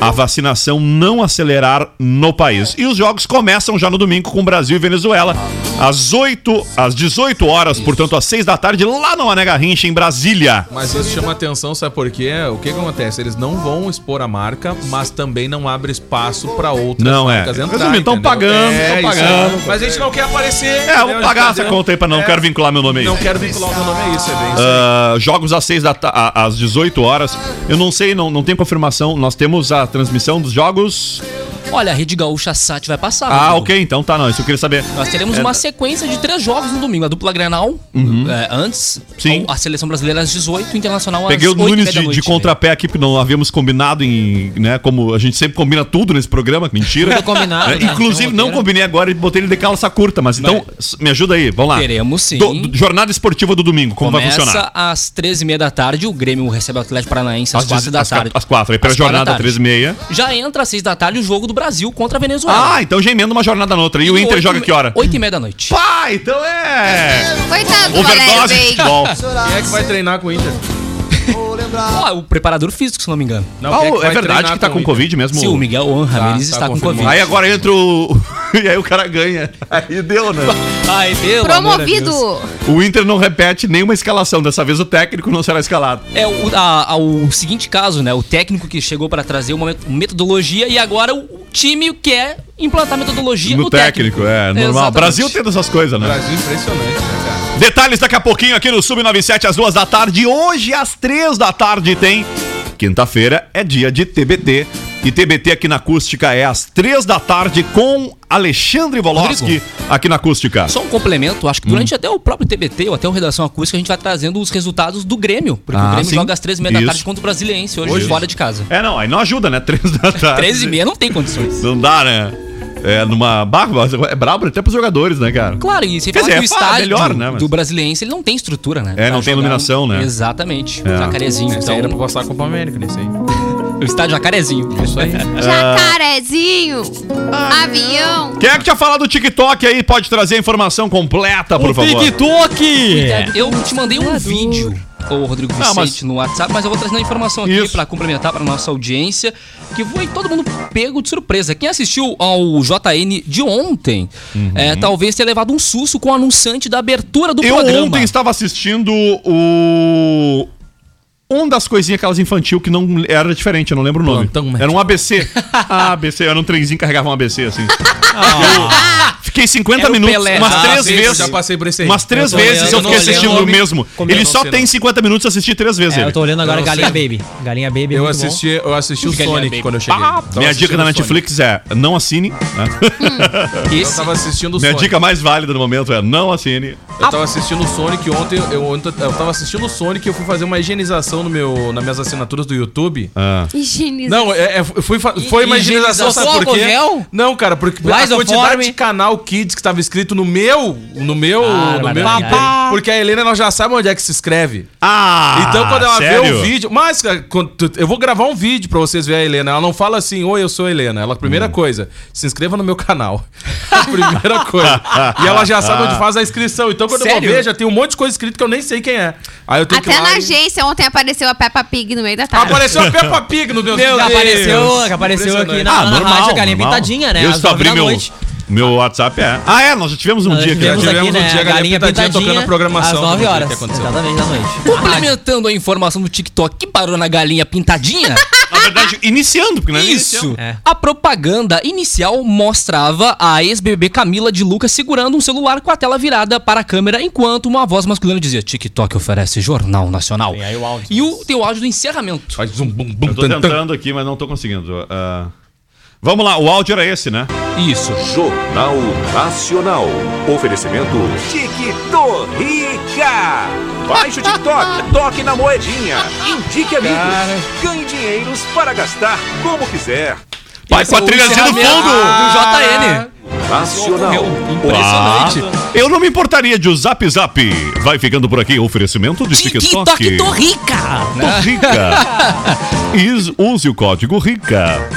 E: a vacinação não acelerar no país. E os jogos começam já no domingo com Brasil e Venezuela, às 8, às 18 horas, portanto, às 6 da tarde, lá no Mané Garrincha, em Brasília.
F: Mas isso chama atenção, sabe por quê? O que, que acontece? Eles não vão expor a marca, mas também não abre espaço pra outras
E: Não, é.
F: marcas entrarem.
E: Resumindo, tão
F: entendeu?
E: pagando,
F: É,
E: tão
F: isso
E: pagando.
F: aí. Mas a gente não quer aparecer.
E: É, eu vou pagar essa conta aí pra
G: É.
E: não, quero vincular meu nome aí.
F: Não quero vincular o meu nome, é isso, é bem isso.
E: Ah, jogos às, seis da ta- a- às 18 horas. Eu não sei, não, não tem confirmação. Nós temos a transmissão dos jogos.
G: Olha, a Rede Gaúcha Sat vai passar. né,
E: Ah,
G: Dudu?
E: ok, então tá, não. Isso eu queria saber.
G: Nós teremos
E: É.
G: uma sequência de três jogos no domingo. A dupla Grenal, é, antes.
E: Uhum. Sim.
G: A seleção brasileira às 18, o Internacional às
E: Peguei o
G: 8 e meia
E: Nunes
G: da
E: de, de
G: noite, né?
E: contrapé aqui, porque não havíamos combinado em. né? Como a gente sempre combina tudo nesse programa, mentira.
G: Tudo combinado,
E: É,
G: né?
E: Inclusive,
G: Tem um
E: não
G: roteiro.
E: combinei agora e botei ele de calça curta, mas então, s- me ajuda aí, vamos lá.
G: Teremos sim.
E: Do- do- jornada esportiva do domingo, como vai
G: Começa
E: funcionar?
G: às 13h30 da tarde, o Grêmio recebe o Atlético Paranaense às 4 da
E: às,
G: tarde.
E: quatro- às quatro, aí pela
G: Às quatro da
E: jornada
G: tarde.
E: 13 e meia.
G: Já entra às 6 da tarde o jogo do Brasil contra a Venezuela.
E: Ah, então já emenda uma jornada na outra. E o Inter joga que hora?
G: 8 e meia da noite.
E: Pá, então é.
I: Coitado do Valério
E: Overdose de
I: Veiga.
E: futebol.
F: Quem é que vai treinar com o Inter?
G: Ó, é o preparador físico, se não me engano.
F: Não,
E: Ah,
F: quem
E: é
F: vai
E: verdade
F: treinar
E: que tá com
F: o Inter?
E: Covid mesmo.
G: Se o Miguel Juan Ramirez
F: tá
G: está com Covid.
F: confirmado.
E: Aí agora entra o. e aí o cara ganha. Aí deu, né?
G: Ai, pelo
I: Promovido.
G: amor
E: O Inter não repete nenhuma escalação. Dessa vez o técnico não será escalado.
G: de Deus. É o, a- a- o seguinte caso, né? O técnico que chegou para trazer uma met- metodologia e agora o time quer implantar metodologia no,
E: No técnico, é normal.
G: Exatamente.
E: Brasil tendo essas coisas, né?
F: Brasil impressionante, né, cara?
E: Detalhes daqui a pouquinho aqui no Sub 97 às duas da tarde. Hoje às três da tarde tem Quinta-feira é dia de TBT. E TBT aqui na Acústica é às três da tarde com Alexandre Voloski
G: Rodrigo.
E: aqui na Acústica.
G: Só um complemento, acho que
E: Hum.
G: durante até o próprio TBT ou até o Redação Acústica, a gente vai trazendo os resultados do Grêmio. Porque
E: Ah,
G: o Grêmio
E: sim.
G: joga às três e meia da
E: Isso.
G: tarde contra o Brasiliense, hoje,
E: Hoje.
G: fora de casa.
E: É, não, aí não ajuda, né? Três da tarde.
G: Três e meia não tem condições.
E: Não dá, né? É numa barba, é brabo até pros jogadores, né, cara?
G: Claro, e sem
E: Quer
G: falar
E: dizer,
G: que o
E: é fácil,
G: estádio
E: melhor, né, mas-
G: do Brasiliense, ele não tem estrutura, né?
E: É, não
G: Pra
E: tem
G: jogar
E: iluminação,
G: um-
E: né?
G: Exatamente.
E: É.
G: Jacarezinho.
F: Isso aí era pra
G: Então,
F: passar a Copa América, nesse aí.
G: o estádio Jacarezinho.
F: Isso aí.
I: Jacarezinho, avião.
E: Quem é que tinha falado do TikTok aí? Pode trazer a informação completa, por
H: o
E: favor.
H: TikTok!
G: Eu te mandei um vídeo, ô Rodrigo Vicente,
E: Ah, mas-
G: no WhatsApp, mas eu vou trazer a informação aqui
E: Isso.
G: pra complementar pra nossa audiência, que foi todo mundo pego de surpresa. Quem assistiu ao JN de ontem,
E: Uhum.
G: é, talvez tenha levado um susto com o anunciante da abertura do
E: Eu
G: programa.
E: ontem estava assistindo o. Um das coisinhas aquelas infantil que não era diferente, eu não lembro o nome.
G: Plantão Médico.
E: era um ABC. Ah, ABC, era um trenzinho que carregava um ABC, assim. Eu fiquei 50
G: Era o
E: minutos,
G: Pelé.
E: umas
G: Ah,
E: três
F: sim, eu
E: vezes.
F: já passei por esse aí.
E: Umas três
G: Eu tô
E: vezes
G: olhando,
E: eu
G: eu
E: fiquei
G: não
E: assistindo
G: lembro
E: o mesmo.
F: como eu
E: Ele
F: não
E: só
F: sei,
E: tem
F: não.
E: 50 minutos, eu assisti três vezes
H: É,
E: ele.
H: eu tô olhando agora
F: Eu
H: Galinha
F: sei.
H: Baby. Galinha Baby é
F: Eu
H: muito bom.
F: assisti, eu assisti o
G: Galinha
F: Sonic
G: Baby.
F: quando eu cheguei. Ah, Tava
E: Minha dica
F: assistindo
E: da
F: o Sonic.
E: Netflix é não assine. né?
F: Eu
G: Esse,
F: tava assistindo o
E: Minha
F: Sonic.
E: dica mais válida no momento é não assine.
F: Eu tava assistindo o Sonic ontem, eu, ontem- eu tava assistindo o Sonic e eu fui fazer uma higienização no meu, nas minhas assinaturas do YouTube.
E: Ah.
I: Higieniza.
F: Não, é, é, foi, fa- foi uma higienização, sabe
G: higienização
F: por quê?
G: gel?
F: Não, cara, porque a
G: Lysoform.
F: quantidade de canal Kids que tava escrito no meu, no meu,
H: Ah,
F: no meu,
H: maravilha.
F: Nintendo, porque a Helena ela já sabe onde é que se escreve.
E: Ah,
F: Então, quando ela vê
E: sério?
F: o vídeo. Mas, cara, quando tu- eu vou gravar um vídeo pra vocês verem a Helena. Ela não fala assim, oi, eu sou a Helena. Ela, primeira
E: Hum.
F: coisa, se inscreva no meu canal. A primeira coisa. E ela já sabe onde faz a inscrição. Então, quando eu
G: Sério?
F: vou ver, já tem um monte de coisa escrita que eu nem sei quem é. Aí eu tenho que
I: Até
F: ir lá
I: na
F: e-
I: agência ontem apareceu a Peppa Pig no meio da tarde.
F: Apareceu a Peppa Pig no meu
H: Que apareceu, que apareceu aqui
F: Impressionante.
H: na,
E: Ah,
H: na
E: normal,
H: rádio, a galinha
E: normal.
H: pintadinha, né?
E: Eu
H: Às
E: só
H: nove
E: abri
H: da
E: meu,
H: noite.
E: meu WhatsApp, é. Ah, é, nós já tivemos um
H: Nós
E: dia que
H: tivemos
F: Já
H: aqui,
F: tivemos um
H: né,
F: dia
H: a
F: a galinha
H: galinha
F: pintadinha
H: pintadinha
F: tocando a programação
H: às nove
F: do que
H: horas,
F: aconteceu.
H: exatamente, da noite.
G: complementando a informação do TikTok que parou na galinha pintadinha.
E: Na verdade, iniciando, porque não é
G: Isso.
H: É.
G: A propaganda inicial mostrava a ex-BBB Camila de Lucas segurando um celular com a tela virada para a câmera, enquanto uma voz masculina dizia: TikTok oferece Jornal Nacional.
H: Tem aí o áudio.
G: e o teu áudio do encerramento.
F: Faz um bum bum
E: Eu tô
F: tan, tan.
E: tentando aqui, mas não tô conseguindo. Ah, vamos lá, o áudio era esse, né?
G: Isso.
K: Jornal Nacional. Oferecimento TikTokica. Baixe o TikTok, toque na moedinha, indique amigos, ganhe dinheiros para gastar como quiser.
E: Vai com a trilhazinha do
G: encerramento
E: fundo!
G: Do JN.
K: Nacional.
G: Impressionante.
E: Tá. Eu não me importaria de o Zap Zap. Vai ficando por aqui, é oferecimento de TikTok.
G: TikTok, tô rica!
E: Tô rica. Is- Use o código RICA.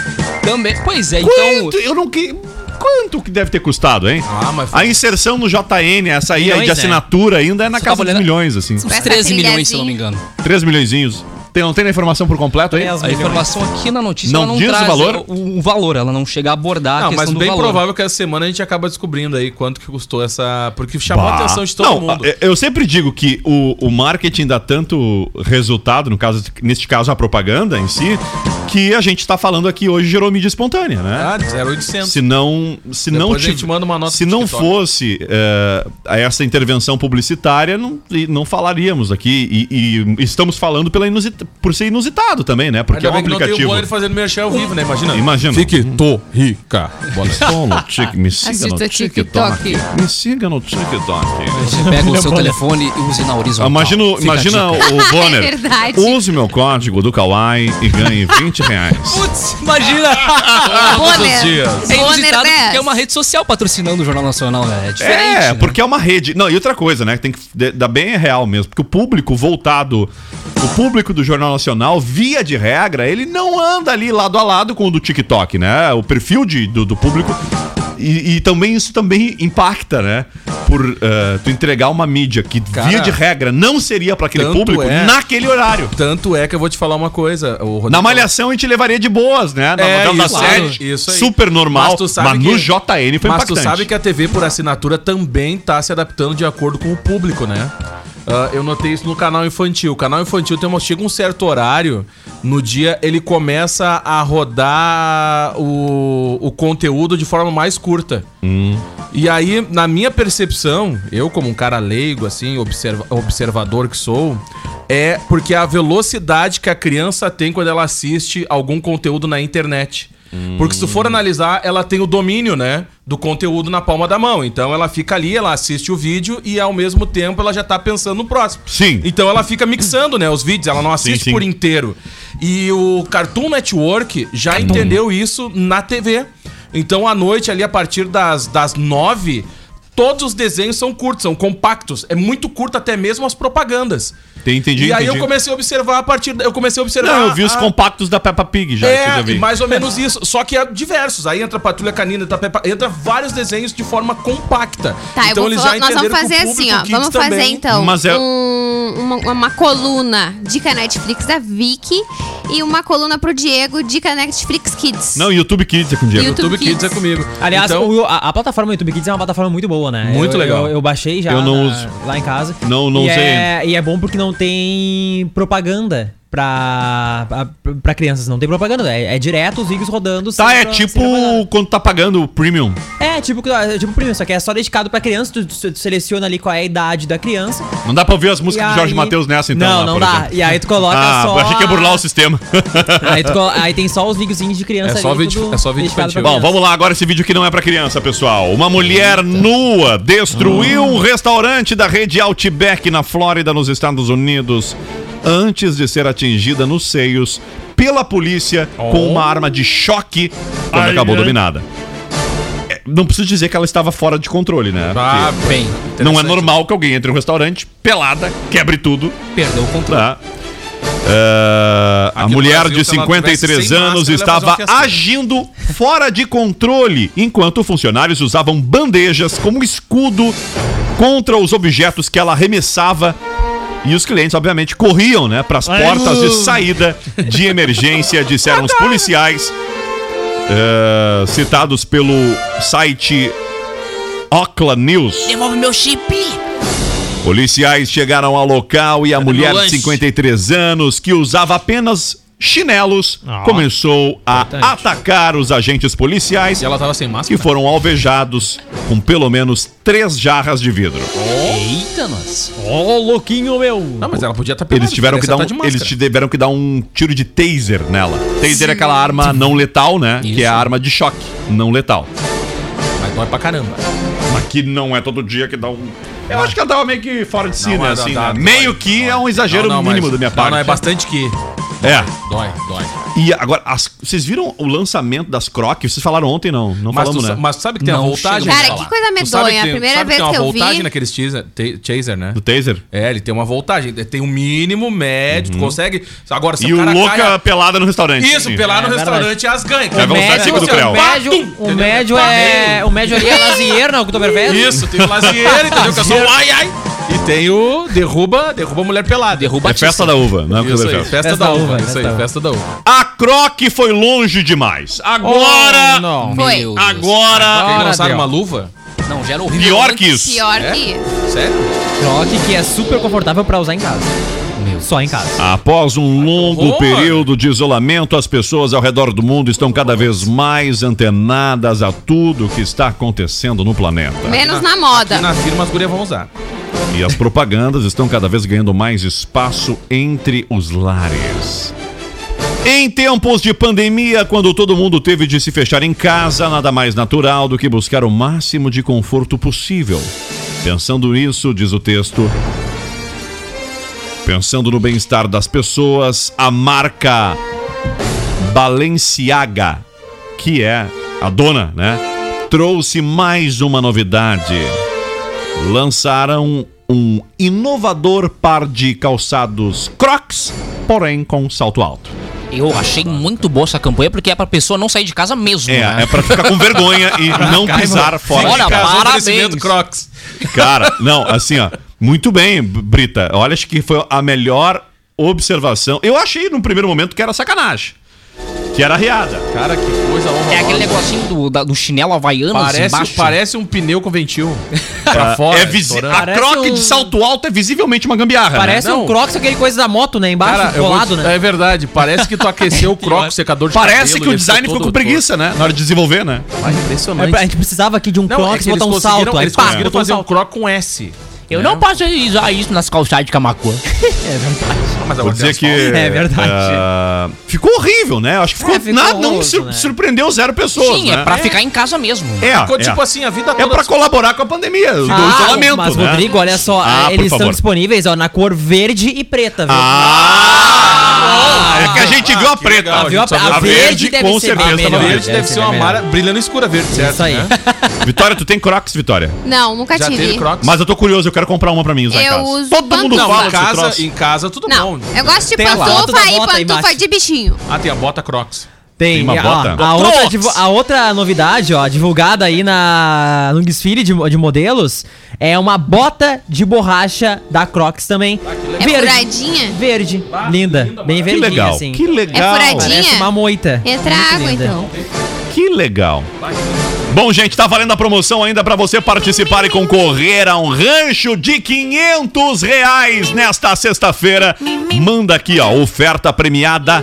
G: Também. Pois é, então.
E: Quanto? Eu não que. Quanto que deve ter custado, hein?
F: Ah, mas
E: A inserção no JN, essa aí aí
H: Milhões,
E: de
H: né?
E: assinatura ainda é na
G: Você
E: casa
G: tava
E: dos
G: olhando-
E: milhões, assim.
G: Uns
I: Essa
G: 13 milhões,
I: trilhazinha.
G: se eu não me
J: assim.
G: engano.
E: 3 milhõezinhos. Tem, não tem a informação por completo aí?
H: Tem as
G: A informação aqui na notícia
E: Não
G: ela não
E: diz o
G: traz
E: valor?
G: o, o valor, ela não chega a abordar a
F: Não,
G: questão
F: Ah, mas
G: do
F: bem
G: valor.
F: provável que essa semana a gente acaba descobrindo aí quanto que custou essa. Porque chamou a
E: Bah.
F: atenção de todo
E: Não, é-
F: mundo.
E: eu- Eu sempre digo que o, o marketing dá tanto resultado, no caso, neste caso a propaganda em si, que a gente tá falando aqui hoje gerou mídia espontânea, né?
F: Ah, 0,800.
E: se não, se não
F: Depois a gente manda uma nota
E: se
F: pro
E: não
F: TikTok.
E: fosse eh, essa intervenção publicitária, não, e não falaríamos aqui e, e estamos falando pela inusita- por ser inusitado também, né? Porque
F: Ainda
E: é um
F: bem que não tem o
E: aplicativo.
F: Bonner fazendo merchan ao vivo, né? Imagina.
E: Imagina. Hum.
F: Fique tô rica. Boa noite.
E: Bom, no tic- um me siga no
I: Assista
E: TikTok.
I: TikTok.
E: Me siga no TikTok.
F: é
G: Você pega o seu telefone e usa na horizontal.
E: Imagina, o-
G: Fica a
E: imagina
G: dica.
E: o Bonner.
I: É verdade.
E: Use meu código do Kawaii e ganhe 20 reais.
G: Putz, imagina!
I: Bonner.
F: dias.
G: É
I: Bonner
G: inusitado
J: né?
G: porque
I: 10.
G: é uma rede social patrocinando o Jornal Nacional, né? É diferente.
E: É,
G: né?
E: porque é uma rede. Não, e outra coisa, né? que Tem que de- dar bem real mesmo. Porque o público voltado, o público do Jornal Nacional, via de regra, ele não anda ali lado a lado com o do TikTok, né? O perfil de, do, do público. E, e também isso também impacta, né? Por eh, tu entregar uma mídia que, via
F: Cara,
E: de regra, não seria para aquele
F: tanto
E: público
F: é.
E: naquele horário.
F: Tanto é que eu vou te falar uma coisa. O Rodrigo
E: Na Malhação a gente levaria de boas, né? Na
F: É,
E: novela
F: isso,
E: da sede,
F: claro, isso aí.
E: super normal.
F: Mas
E: Mas,
F: tu sabe
E: no
F: que-
E: JN foi
F: Mas
E: impactante.
F: tu sabe que a TV por assinatura também tá se adaptando de acordo com o público, né? Ah, eu notei isso no canal infantil. O canal infantil tem uma, chega um certo horário, no dia ele começa a rodar o, o conteúdo de forma mais curta. E aí, na minha percepção, eu como um cara leigo, assim, observa- observador que sou, é porque a velocidade que a criança tem quando ela assiste algum conteúdo na internet. Porque se tu for analisar, ela tem o domínio, né, do conteúdo na palma da mão. Então ela fica ali, ela assiste o vídeo e ao mesmo tempo ela já tá pensando no próximo.
E: Sim.
F: Então ela fica mixando, né, os vídeos, ela não assiste
E: sim.
F: por inteiro. E o Cartoon Network já entendeu isso na TV. Então, à noite, ali, a partir das, das nove, todos os desenhos são curtos, são compactos. É muito curto até mesmo as propagandas.
E: Tem- entendi,
F: E aí
E: entendi.
F: eu comecei a observar a partir... da- Eu comecei a observar...
E: Não, eu vi os
F: a-
E: compactos da Peppa Pig já, que eu já
F: é,
E: vi.
F: mais ou menos isso. Só que é diversos. Aí entra Patrulha Canina, entra, Peppa- entra vários desenhos de forma compacta. Então,
I: Tá, eu vou falar, nós vamos
F: entenderam que o
I: fazer
F: público
I: assim, ó.
F: kids
I: Vamos fazer
F: também-
I: então
E: Mas é-
I: um- uma, uma coluna dica Netflix da Vicky e uma coluna pro Diego dica Netflix Kids.
E: Não, YouTube Kids é com o Diego.
I: YouTube
F: YouTube Kids é
I: Kids.
F: comigo.
H: Aliás,
F: Então-
H: o- a, a plataforma YouTube Kids é uma plataforma muito boa, né?
F: Muito
H: Eu-
F: legal.
H: Eu, eu baixei já
E: Eu não
H: na-
E: uso.
H: lá em casa.
E: Não- não
H: e
E: usei
H: É, e é bom porque não tem propaganda pra, pra, pra crianças. Não tem propaganda. É, é direto os vídeos rodando.
E: Tá,
H: sem
E: é
H: pro-
E: tipo
H: sem propaganda.
E: quando tá pagando o premium.
H: É, tipo, é tipo primeiro, só que é só dedicado pra criança. Tu, tu- tu seleciona ali qual é a idade da criança.
E: Não dá pra ouvir as
H: E
E: músicas
H: aí-
E: de Jorge Matheus nessa, então.
H: Não,
E: lá,
H: não
E: por
H: dá.
E: exemplo.
H: E aí tu coloca
E: ah,
H: só.
E: achei que ia burlar o sistema.
H: aí, tu colo- aí tem só os videozinhos de criança
F: É só
H: ali,
F: vídeo-
H: tudo
F: é só vídeo
H: dedicado
F: infantil.
H: pra
E: Bom,
H: criança.
E: vamos lá, agora esse vídeo que não é pra criança, pessoal. Uma mulher nua destruiu um restaurante da rede Outback na Flórida, nos Estados Unidos, antes de ser atingida nos seios pela polícia com uma arma de choque quando acabou dominada. É, Não preciso dizer que ela estava fora de controle, né?
F: Ah,
E: Porque
F: bem.
E: não é normal que alguém entre em um restaurante pelada, quebre tudo,
G: Perdeu o controle.
E: Tá. É, a
F: Aqui no
E: mulher
F: Brasil,
E: de
F: se ela tivesse
E: 53
F: sem
E: anos
F: máscara, ela ia fazer
E: estava
F: uma fiasqueira.
E: agindo fora de controle, enquanto funcionários usavam bandejas como escudo contra os objetos que ela arremessava. E os clientes, obviamente, corriam né, para as portas de saída de emergência, disseram os policiais, é, citados pelo site Oakland News.
J: Devolve meu chip.
E: Policiais chegaram ao local e a mulher de 53 anos, que usava apenas chinelos,
F: Ah.
E: começou a atacar os agentes policiais,
F: E ela tava sem máscara.
E: que foram alvejados com pelo menos três jarras de vidro.
G: Eita, nós.
H: Ô, louquinho meu!
F: Não, mas ela podia tá estar
E: Eles tiveram, que dar um, eles tiveram que dar um tiro de taser nela. Taser é aquela arma não letal, né? Que é a arma de choque não letal.
F: Mas dói pra caramba.
E: Mas que não é todo dia que dá um. Eu acho que ela tava meio que fora de si,
F: Não,
E: né?
F: é,
E: assim,
F: dá-
E: né?
F: dói,
E: meio que é um exagero
F: Não, não,
E: mínimo
F: mas-
E: da minha
F: não,
E: parte.
F: Não, é bastante que.
E: É.
F: Dói, dói.
E: E agora, as- vocês viram o lançamento das crocs? Vocês falaram ontem, não? Não
F: Mas,
E: falamos,
F: tu, sa-
E: né?
F: mas tu sabe que tem
G: Não
F: uma voltagem?
G: chega a
I: Cara,
G: falar.
I: que coisa
F: Tu sabe
I: medonha.
F: que
I: A
F: tem-
I: primeira
F: sabe
I: vez
F: tem uma
I: que eu
F: voltagem
I: vi.
F: naqueles teaser, te- chaser, né?
E: Do taser?
F: É, ele tem uma voltagem. Tem um mínimo médio, tu consegue. Agora, se
E: Uhum. E o é louca
F: cai a-
E: pelada no restaurante.
F: Isso,
E: Sim.
F: pelado no
H: É
F: restaurante, as ganha.
E: É a velocidade
F: Tipo
E: do
F: assim,
E: Creu.
F: ó,
H: O
F: pá,
H: médio,
F: tum,
H: o
F: entendeu?
H: médio
F: Pá.
H: é. O médio ali é lazier, não, que eu tô
F: Isso, tem o lazier, entendeu? Que é só o ai, ai. E tem o derruba, derruba a mulher pelada. Derruba
E: É festa da uva, não é
F: Isso aí,
E: Oktoberfest.
F: festa da uva. Isso
H: festa da
F: aí,
H: uva.
F: festa da uva.
E: A croc foi longe demais. Agora.
F: Não.
I: Foi.
G: Meu Deus.
E: Agora.
F: Quem
H: Agora
F: lançaram
H: deu.
F: uma luva?
G: Não, já era horrível.
E: Pior que isso.
I: Pior
F: É?
I: que isso.
F: Sério?
H: Croc que é super confortável pra usar em casa. Só em
F: Ah,
H: casa.
E: Após um longo
F: horror.
E: período de isolamento, as pessoas ao redor do mundo estão cada vez mais antenadas a tudo que está acontecendo no planeta.
I: Menos na moda.
F: E na firma as gurias vão usar.
E: E as propagandas estão cada vez ganhando mais espaço entre os lares. Em tempos de pandemia, quando todo mundo teve de se fechar em casa, nada mais natural do que buscar o máximo de conforto possível. Pensando nisso, diz o texto, pensando no bem-estar das pessoas, a marca Balenciaga, que é a dona, né, trouxe mais uma novidade lançaram um inovador par de calçados Crocs, porém com salto alto.
G: Eu achei muito boa essa campanha porque é pra pessoa não sair de casa mesmo.
E: É,
G: né?
E: é pra ficar com vergonha e não pisar fora.
G: Olha,
E: de casa.
G: parabéns.
F: oferecimento Crocs.
E: Cara, não, assim, ó. Muito bem, Brita. Olha, acho que foi a melhor observação. Eu achei num primeiro momento que era sacanagem. que era riada.
F: Cara, que coisa horrorosa.
G: É aquele negocinho do, da- do chinelo havaiano assim,
F: Parece,
G: embaixo.
F: parece um pneu com ventil.
E: Ah,
F: pra fora.
E: é visi-
F: estourando.
E: a
H: Parece
E: croque
H: um-
E: de salto alto é visivelmente uma gambiarra.
H: Parece
E: né?
H: um
F: Não.
H: crocs, aquele coisa da moto, né? Embaixo,
F: Cara, eu vou
H: colado,
F: te-
H: né?
F: É verdade, parece que tu aqueceu o croco, o secador de
E: Parece
F: cabelo,
E: que o
F: ele
E: design ficou
F: todo
E: com preguiça, né? Na hora de desenvolver, né?
F: torto. Ah, impressionante.
H: É pra- A gente precisava aqui de um
F: Não, é
H: crocs
F: que eles
H: botar um
F: conseguiram-
H: salto. Aí
F: Eles
H: pá,
F: conseguiram
H: botou um
F: fazer um
H: salto.
F: croc com S.
G: Eu não posso usar isso nas calçadas de Camacuã.
F: Mas
E: Vou
F: agora
E: dizer
F: tem
E: que.
F: asfalto.
H: É verdade.
E: ah, ficou horrível, né? Acho que ficou.
H: É, ficou
E: nada, não
H: horroroso,
E: sur-
H: né?
E: surpreendeu zero pessoas.
G: Sim,
E: né?
G: é pra ficar em casa mesmo.
E: É,
F: Ficou
E: é.
F: tipo assim, a vida
E: É
F: toda.
E: pra colaborar com a pandemia, do
F: um
H: Ah,
E: isolamento.
H: Mas,
E: né?
H: Rodrigo, olha só,
E: Ah, por
H: eles estão
E: favor.
H: disponíveis ó, na cor verde e preta, viu?
E: Ah! é que a gente viu a preta.
F: legal,
H: viu?
E: a,
H: A
E: verde,
H: verde deve
E: com
H: ser
E: certeza.
H: bem
E: tava
H: melhor.
E: verde.
F: Verde deve ser uma
H: melhor.
F: mara brilhando escura verde, certo?
H: Isso aí.
F: né?
E: Vitória, tu tem Crocs, Vitória?
I: Não, nunca
F: Já
I: tive.
F: teve Crocs?
E: Mas eu tô curioso, eu quero comprar uma pra mim usar em
I: Eu
E: casa.
I: uso
E: Todo mundo
I: pantufa.
E: fala
F: Não, em
E: desse troço.
F: casa, em casa tudo
I: Não,
F: bom.
I: eu gosto de
H: Tem a foto da
I: pantufa e
H: bota aí
I: pantufa
H: embaixo.
I: de bichinho.
F: Ah, tem a bota Crocs.
H: Tem,
E: Tem uma
H: ó,
E: bota?
H: A, outra,
E: Crocs!
H: divu- a outra novidade, ó, divulgada aí na, no desfile de, de modelos, é uma bota de borracha da Crocs também.
I: É furadinha?
H: Verde. linda. Bem
E: Que
H: verdinha,
E: legal,
H: assim.
E: que legal,
I: É furadinho.
H: Parece
I: Tinha.
H: uma moita.
I: Eu
H: Muito
I: trago,
H: linda.
I: então.
E: que legal. Bom, gente, tá valendo a promoção ainda pra você participar e concorrer a um rancho de 500 reais nesta sexta-feira. Manda aqui, ó, oferta premiada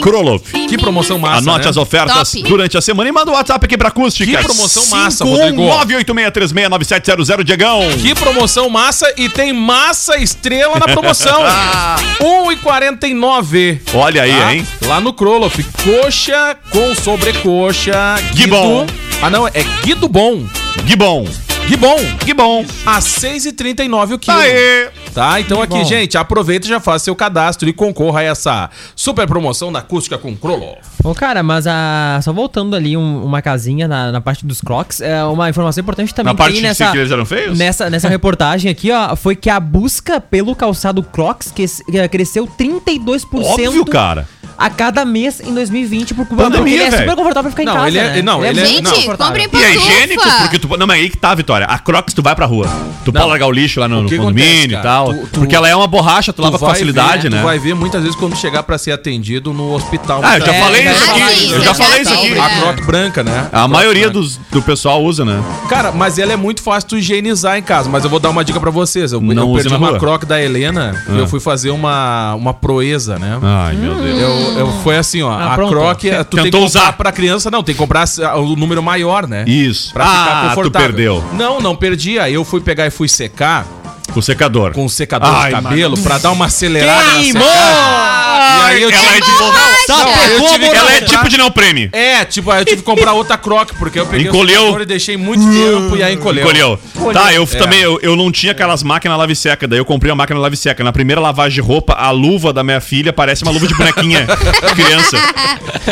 E: Krolov.
F: Que promoção massa.
E: Anote
F: né?
E: as ofertas
I: Top.
E: durante a semana e manda o WhatsApp aqui pra acústica. um
F: Que promoção massa, Rodrigo.
E: 986369700, Diegão.
F: Que promoção massa e tem massa estrela na promoção. 1,49.
E: Olha aí,
F: tá?
E: hein?
F: Lá no Kroloff, coxa com sobrecoxa.
E: Gibon.
F: Ah, não, é Guido Bom.
E: Gibon.
F: Gibon.
E: Gibon.
F: A 6,39 o quilo.
E: Aê.
F: Tá, então aqui,
H: bom.
F: gente, aproveita e já faça seu cadastro e concorra a essa super promoção da acústica com Kroloff.
H: Ô, cara, mas a... só voltando ali um- uma casinha na, na parte dos Crocs, é uma informação importante também
E: Na
H: que
E: parte
H: tem
E: de si que eles eram feios?
H: Nessa, nessa reportagem aqui, ó, foi que a busca pelo calçado Crocs que, que cresceu 32%
E: Óbvio, cara.
H: a cada mês em 2020 por culpa
E: Pandemia,
H: porque ele é
E: velho.
H: super confortável pra ficar
F: Não,
H: em casa,
F: ele é-
H: né?
F: não, ele é-
H: muito
I: Gente,
F: não,
I: compra
H: confortável.
I: comprem
E: E
I: pantufa.
E: é higiênico, porque tu. Não, mas aí que tá, Vitória. A Crocs, tu vai pra rua. Tu pode largar o lixo lá no,
F: O
E: no
F: que acontece,
E: condomínio
F: cara?
E: e tal.
F: Tu- tu-
E: porque ela é uma borracha, tu lava com
F: vai
E: facilidade,
F: ver,
E: né?
F: Tu vai ver muitas vezes quando chegar pra ser atendido no hospital.
E: Ah, eu já
F: muitas
E: falei
F: vezes.
E: isso
I: Ah,
E: aqui.
I: sim,
E: eu
I: isso
E: já
I: é
E: falei isso
I: verdade,
E: aqui.
I: né?
F: A croc branca, né?
E: A maioria
F: dos
E: dos, do pessoal usa, né?
F: Cara, mas ela é muito fácil tu higienizar em casa. Mas eu vou dar uma dica pra vocês. Eu,
E: Não
F: eu
E: use
F: perdi
E: na
F: uma
E: rua. Ah.
F: croc da Helena e eu fui fazer uma, uma proeza, né?
E: Ai, meu
I: Hum.
E: Deus.
F: Eu, eu foi assim, ó.
H: Ah,
F: a
H: pronto.
F: croc, tu tem que
E: Tentou
F: comprar
E: usar.
F: pra criança, não, tem que comprar ah, o número maior, né?
E: Isso.
F: Pra
E: Ah,
F: ficar
E: tu
F: confortável.
E: perdeu.
F: Não, não perdi. Aí eu fui pegar e fui secar
E: Com o secador.
F: com o secador
E: Ai,
F: de cabelo pra dar uma acelerada. na
H: Queimou!
F: secagem. E aí eu
E: Ela é
F: tive...
E: de borracha.
I: Borracha!
F: eu tive que
E: Ela é
F: comprar-
E: tipo de não prêmio.
F: É, tipo, aí eu tive que comprar outra croc, porque eu peguei
E: Encolheu.
F: o secador e deixei muito tempo e aí encolheu.
E: Encolheu. Tá, eu f-
F: É.
E: também eu, eu não tinha aquelas máquinas lave seca, daí eu comprei uma máquina lave seca. Na primeira lavagem de roupa, a luva da minha filha parece uma luva de bonequinha de criança.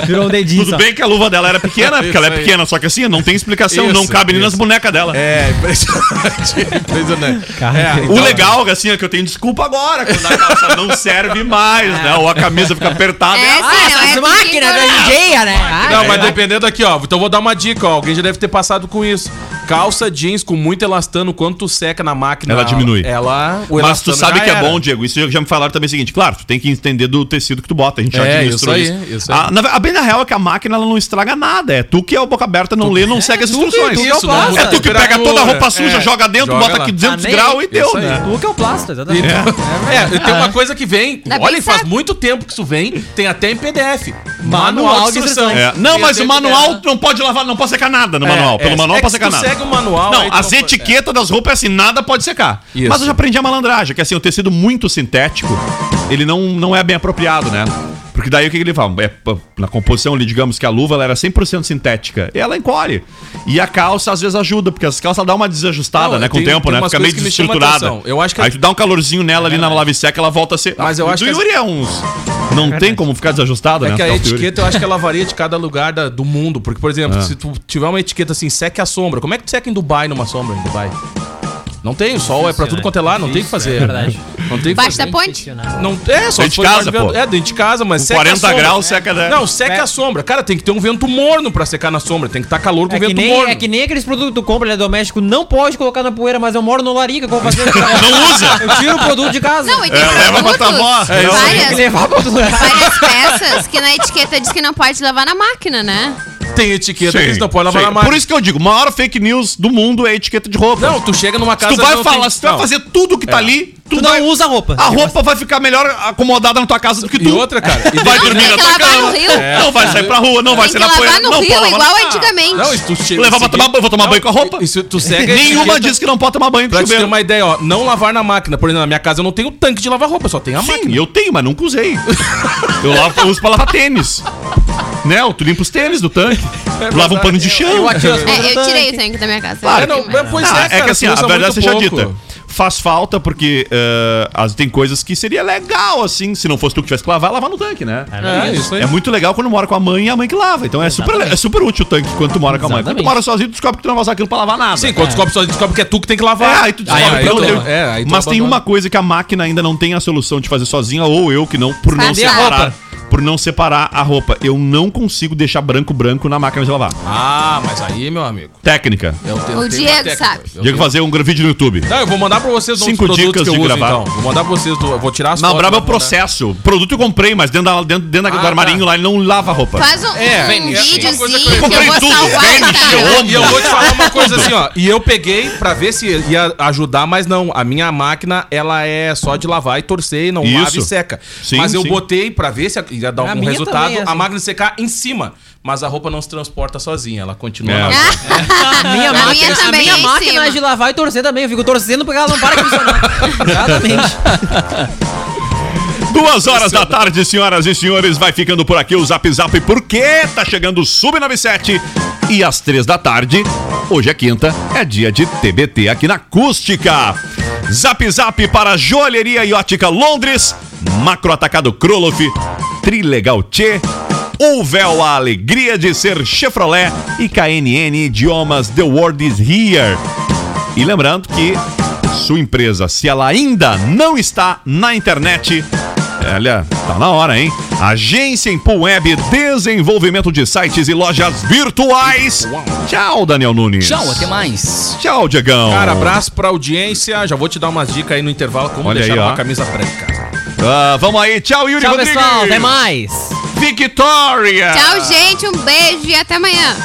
H: Virou um dedinho
E: Tudo
H: só.
E: bem que a luva dela era pequena, porque ela é
F: Isso aí.
E: pequena, só que assim, não tem explicação, não
F: Isso,
E: cabe nem
F: isso.
E: nas bonecas dela.
F: É, impressionante. impressionante. É,
E: O legal, assim, é que eu tenho desculpa agora, quando a calça não serve mais, né? Ou a camisa fica apertada.
I: É, sim, não é
H: Ah, máquina da
I: configurável.
H: judia, né? Ah,
F: Não, mas dependendo aqui, ó. Então vou dar uma dica, ó. Alguém já deve ter passado com isso. Calça jeans com muito elastano, quando tu seca na máquina.
E: Ela diminui.
F: Ela. o
E: Mas tu
F: elastano
E: sabe
F: já
E: que é
F: era.
E: bom, Diego. Isso já me falaram também é o seguinte. Claro, tu tem que entender do tecido que tu bota. A gente já
F: É,
E: administrou
F: isso aí, isso aí.
E: A, na, a bem na real é que a máquina ela não estraga nada. É tu que é o boca aberta, não lê, não segue as
F: tu que-
E: instruções.
F: tu que é o
E: é,
F: plástico.
E: tu que pega toda a roupa suja,
F: É,
E: joga dentro,
F: joga
E: bota
F: lá.
E: aqui 200
H: Ah, nem
E: graus
H: aí.
E: e deu,
F: Isso aí.
E: né?
H: Tu que é o plástico, exatamente.
F: É, tem uma coisa que vem.
I: Dá
F: olha,
I: bem
F: faz
I: certo.
F: muito tempo que isso vem. Tem até em PDF.
H: Manual de instruções.
E: É. Não, mas o
F: Tem
E: manual
F: PDF.
E: tu não pode lavar, não pode secar nada no manual.
F: É,
E: Pelo
F: é. É
E: manual não
F: que
E: pode
F: se
E: secar
F: tu
E: nada.
F: segue o manual, aí
E: Não,
F: tu não
E: as
F: pode-
E: etiquetas das roupas é assim, nada pode secar.
F: Isso.
E: Mas eu já aprendi a malandragem, que assim, o tecido muito sintético, ele não, não é bem apropriado, né? Porque daí o que, que ele fala? É, p- na composição ali, digamos que a luva ela era 100% sintética. E ela encolhe. E a calça às vezes ajuda, porque as calças dá uma desajustada,
F: Não,
E: né? Com o
F: tem-
E: tempo,
F: tem
E: né?
F: umas
E: Fica meio
F: coisas que me chamam
E: desestruturada.
F: atenção. Eu acho que
E: Aí
F: as-
E: tu dá um calorzinho nela ali na lave seca, ela volta a ser.
F: Mas eu
E: O
F: acho
E: do
F: que as-
E: Yuri é uns. Não tem como ficar desajustado,
F: É
E: né?
F: que a
E: Calça do Yuri.
F: etiqueta eu acho que ela varia de cada lugar da- do mundo. Porque, por
E: É.
F: exemplo, se tu tiver uma etiqueta assim, seque a sombra. Como é que tu seca em Dubai numa sombra em Dubai? Não tem, o sol é pra tudo quanto é lá, não tem o que fazer.
H: né? é verdade.
F: Não tem
I: Baixo da ponte?
F: Não, é, só
E: Dentro de
F: foi
E: casa,
F: guarda-
E: pô.
F: É, dentro de casa, mas
E: Com
F: seca
E: 40
F: a sombra.
E: graus, seca, né?
F: Não, seca
H: É.
F: a sombra. Cara, tem que ter um vento morno pra secar na sombra. Tem que estar calor com
H: É que,
F: vento
H: nem,
F: morno.
H: é que nem aqueles produtos que tu compra, ele é doméstico, não pode colocar na poeira, mas eu moro no Larica, como fazer um
E: Não usa!
H: Eu tiro o produto de casa.
I: Não, e tem
E: É, leva pra tua avó.
I: produtos,
E: É isso aí.
H: Tem que
I: várias,
H: levar pra outro lugar.
I: várias peças que na etiqueta diz que não pode levar na máquina, né?
F: Tem etiqueta que
E: Sim,
F: eles não podem lavar
E: sim.
F: na máquina.
E: Por isso que eu digo, maior fake news do mundo é etiqueta de roupa.
F: Não, tu chega numa
E: Se
F: casa...
E: tu vai
F: não
E: falar,
F: tem-
E: se tu vai
F: não. É.
E: fazer tudo que tá ali, tu,
H: Tu
E: vai-
H: não usa roupa.
E: A roupa vai ficar melhor acomodada na tua casa do que tu.
F: E outra, cara. e
E: Tu vai
I: Não,
E: dormir
I: tem
E: na
I: que
E: tua
I: lavar
E: cama.
I: no rio.
E: É. Não vai sair pra rua, não vai
I: Tem
E: sair
I: que
E: na poeira.
I: lavar no
E: não,
I: rio,
E: pode lavar
I: igual
E: na-
I: antigamente. É,
F: Não, e tu chega-
E: Levar pra tomar banho, vou tomar banho com a roupa.
F: E se tu segue a
E: Nenhuma
F: etiqueta-
E: diz que não pode tomar banho com
F: Pra te ter
E: chuveiro.
F: uma ideia, ó, não lavar na máquina. Por exemplo, na minha casa eu não tenho tanque de lavar roupa, só tenho a
E: Sim,
F: máquina.
E: eu tenho, mas nunca usei. Eu lavo, eu uso pra lavar tênis. Né? Tu limpa os tênis do tanque. lava um pano de chão.
I: É, eu tirei o tanque da minha casa.
F: É,
I: Eu
F: não,
I: não tenho mais.
F: pois
E: Ah,
F: é,
E: é, que
F: cara,
E: assim,
F: tu
E: a
F: usa
E: verdade
F: muito
E: seja
F: pouco.
E: dita. Faz falta porque eh, as- tem coisas que seria legal, assim, se não fosse tu que tivesse que lavar, lavar no tanque, né?
F: É, isso aí.
E: É muito legal quando mora com a mãe e a mãe que lava. Então é super, é super útil o tanque quando tu mora com a mãe. Quando tu
H: Exatamente.
E: mora sozinho, tu descobre que tu não vai usar aquilo pra lavar nada.
F: Sim, quando descobre, só descobre que é tu que tem que
E: É,
F: lavar.
E: aí tu descobre
F: aí
E: pelo
F: tu-
E: teu-
F: é, aí tu
E: Mas tem
F: abandona.
E: uma coisa que a máquina ainda não tem a solução de fazer sozinha, ou eu que não, por não
I: Fazer a
E: separar.
F: roupa.
E: Por não separar a roupa. Eu não consigo deixar branco branco na máquina de lavar.
F: Ah, mas aí, meu amigo.
E: Técnica.
F: Eu tenho,
I: O
F: eu tenho
I: Diego
F: uma técnica.
I: sabe.
F: Eu tenho-
E: Diego fazer um vídeo no YouTube.
F: Não, eu vou mandar pra vocês
E: Cinco dicas de gravar.
F: então. Vou mandar pra vocês, do, eu vou tirar as
E: Na
F: fotos,
E: braba é o
F: vou mandar.
E: processo. O produto eu comprei, mas dentro, da- dentro, dentro da-
F: Ah,
E: do armarinho
F: tá.
E: lá ele não lava a roupa.
I: Faz um,
F: É,
I: um
F: é assim. Uma coisa que eu
I: videozinho que eu
E: comprei
I: vou
E: tudo,
I: salvar
E: velho,
I: no Instagram.
F: E eu vou te falar uma coisa assim, ó. E eu peguei pra ver se ia ajudar, mas não. A minha máquina, ela é só de lavar e torcer e não lava
E: Isso.
F: e seca.
E: Sim,
F: mas eu
E: sim.
F: botei pra ver se ia dar
H: A
F: algum
H: minha
F: resultado.
H: também é
F: A
H: assim.
F: máquina secar em cima. Mas a roupa não se transporta sozinha, ela continua
E: É.
F: na
I: Ah,
H: A minha
I: A minha
H: máquina, a
I: também
H: minha
I: é em
H: máquina
I: cima.
H: é de lavar e torcer também. Eu fico torcendo porque ela não para de funcionar. Exatamente.
E: Duas horas da tarde, senhoras e senhores, vai ficando por aqui o Zap Zap, porque tá chegando o Sub97 e às três da tarde, hoje é quinta, é dia de TBT aqui na Acústica. Zap Zap para Joalheria e Ótica Londres, Macro Atacado Kroloff, Trilegal Tchê, o véu, a alegria de ser Chevrolet e KNN Idiomas The World is Here. E lembrando que sua empresa, se ela ainda não está na internet, olha, tá na hora, hein? Agência Impul Web, desenvolvimento de sites e lojas virtuais. Tchau, Daniel Nunes.
G: Tchau, até mais.
E: Tchau, Diegão.
F: Cara, abraço pra audiência. Já vou te dar umas dicas aí no intervalo como
E: Olha
F: deixar
E: aí, ó.
F: uma camisa branca.
E: Ah, vamos aí. Tchau, Yuri
H: Tchau,
E: Rodrigues.
H: pessoal. Até mais.
E: Victoria.
I: Tchau, gente. Um beijo e até amanhã.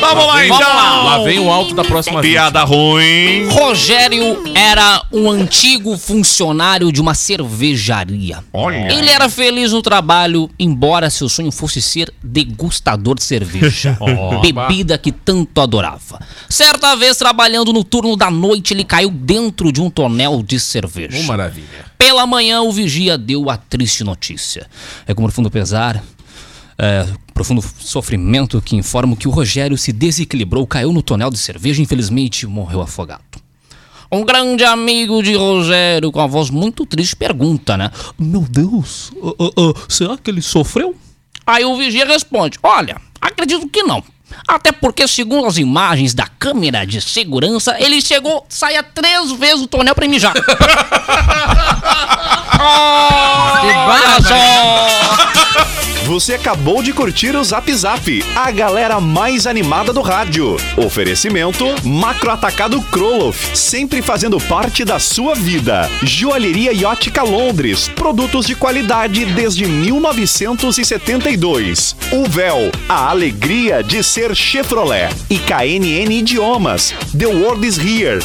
E: Vamos lá, então.
F: Lá vem o alto da próxima
E: Piada ruim.
G: Rogério era um antigo funcionário de uma cervejaria.
E: Olha.
G: Ele era feliz no trabalho, embora seu sonho fosse ser degustador de cerveja, bebida que tanto adorava. Certa vez, trabalhando no turno da noite, ele caiu dentro de um tonel de cerveja.
F: Uma maravilha.
G: Pela manhã, o vigia deu a triste notícia. É com profundo pesar, é, profundo sofrimento que informo que o Rogério se desequilibrou, caiu no tonel de cerveja e infelizmente morreu afogado. Um grande amigo de Rogério, com a voz muito triste, pergunta, né? Meu Deus, ah, ah, ah, será que ele sofreu? Aí o vigia responde: Olha, acredito que não. Até porque, segundo as imagens da câmera de segurança, ele chegou, saia três vezes do tonel pra mijar. Olha só!
D: Você acabou de curtir o Zap Zap, a galera mais animada do rádio. Oferecimento Macro Atacado Kroloff, sempre fazendo parte da sua vida. Joalheria e Ótica Londres, produtos de qualidade desde 1972. O Véu, a alegria de ser Chevrolet. E KNN Idiomas, The World is Here.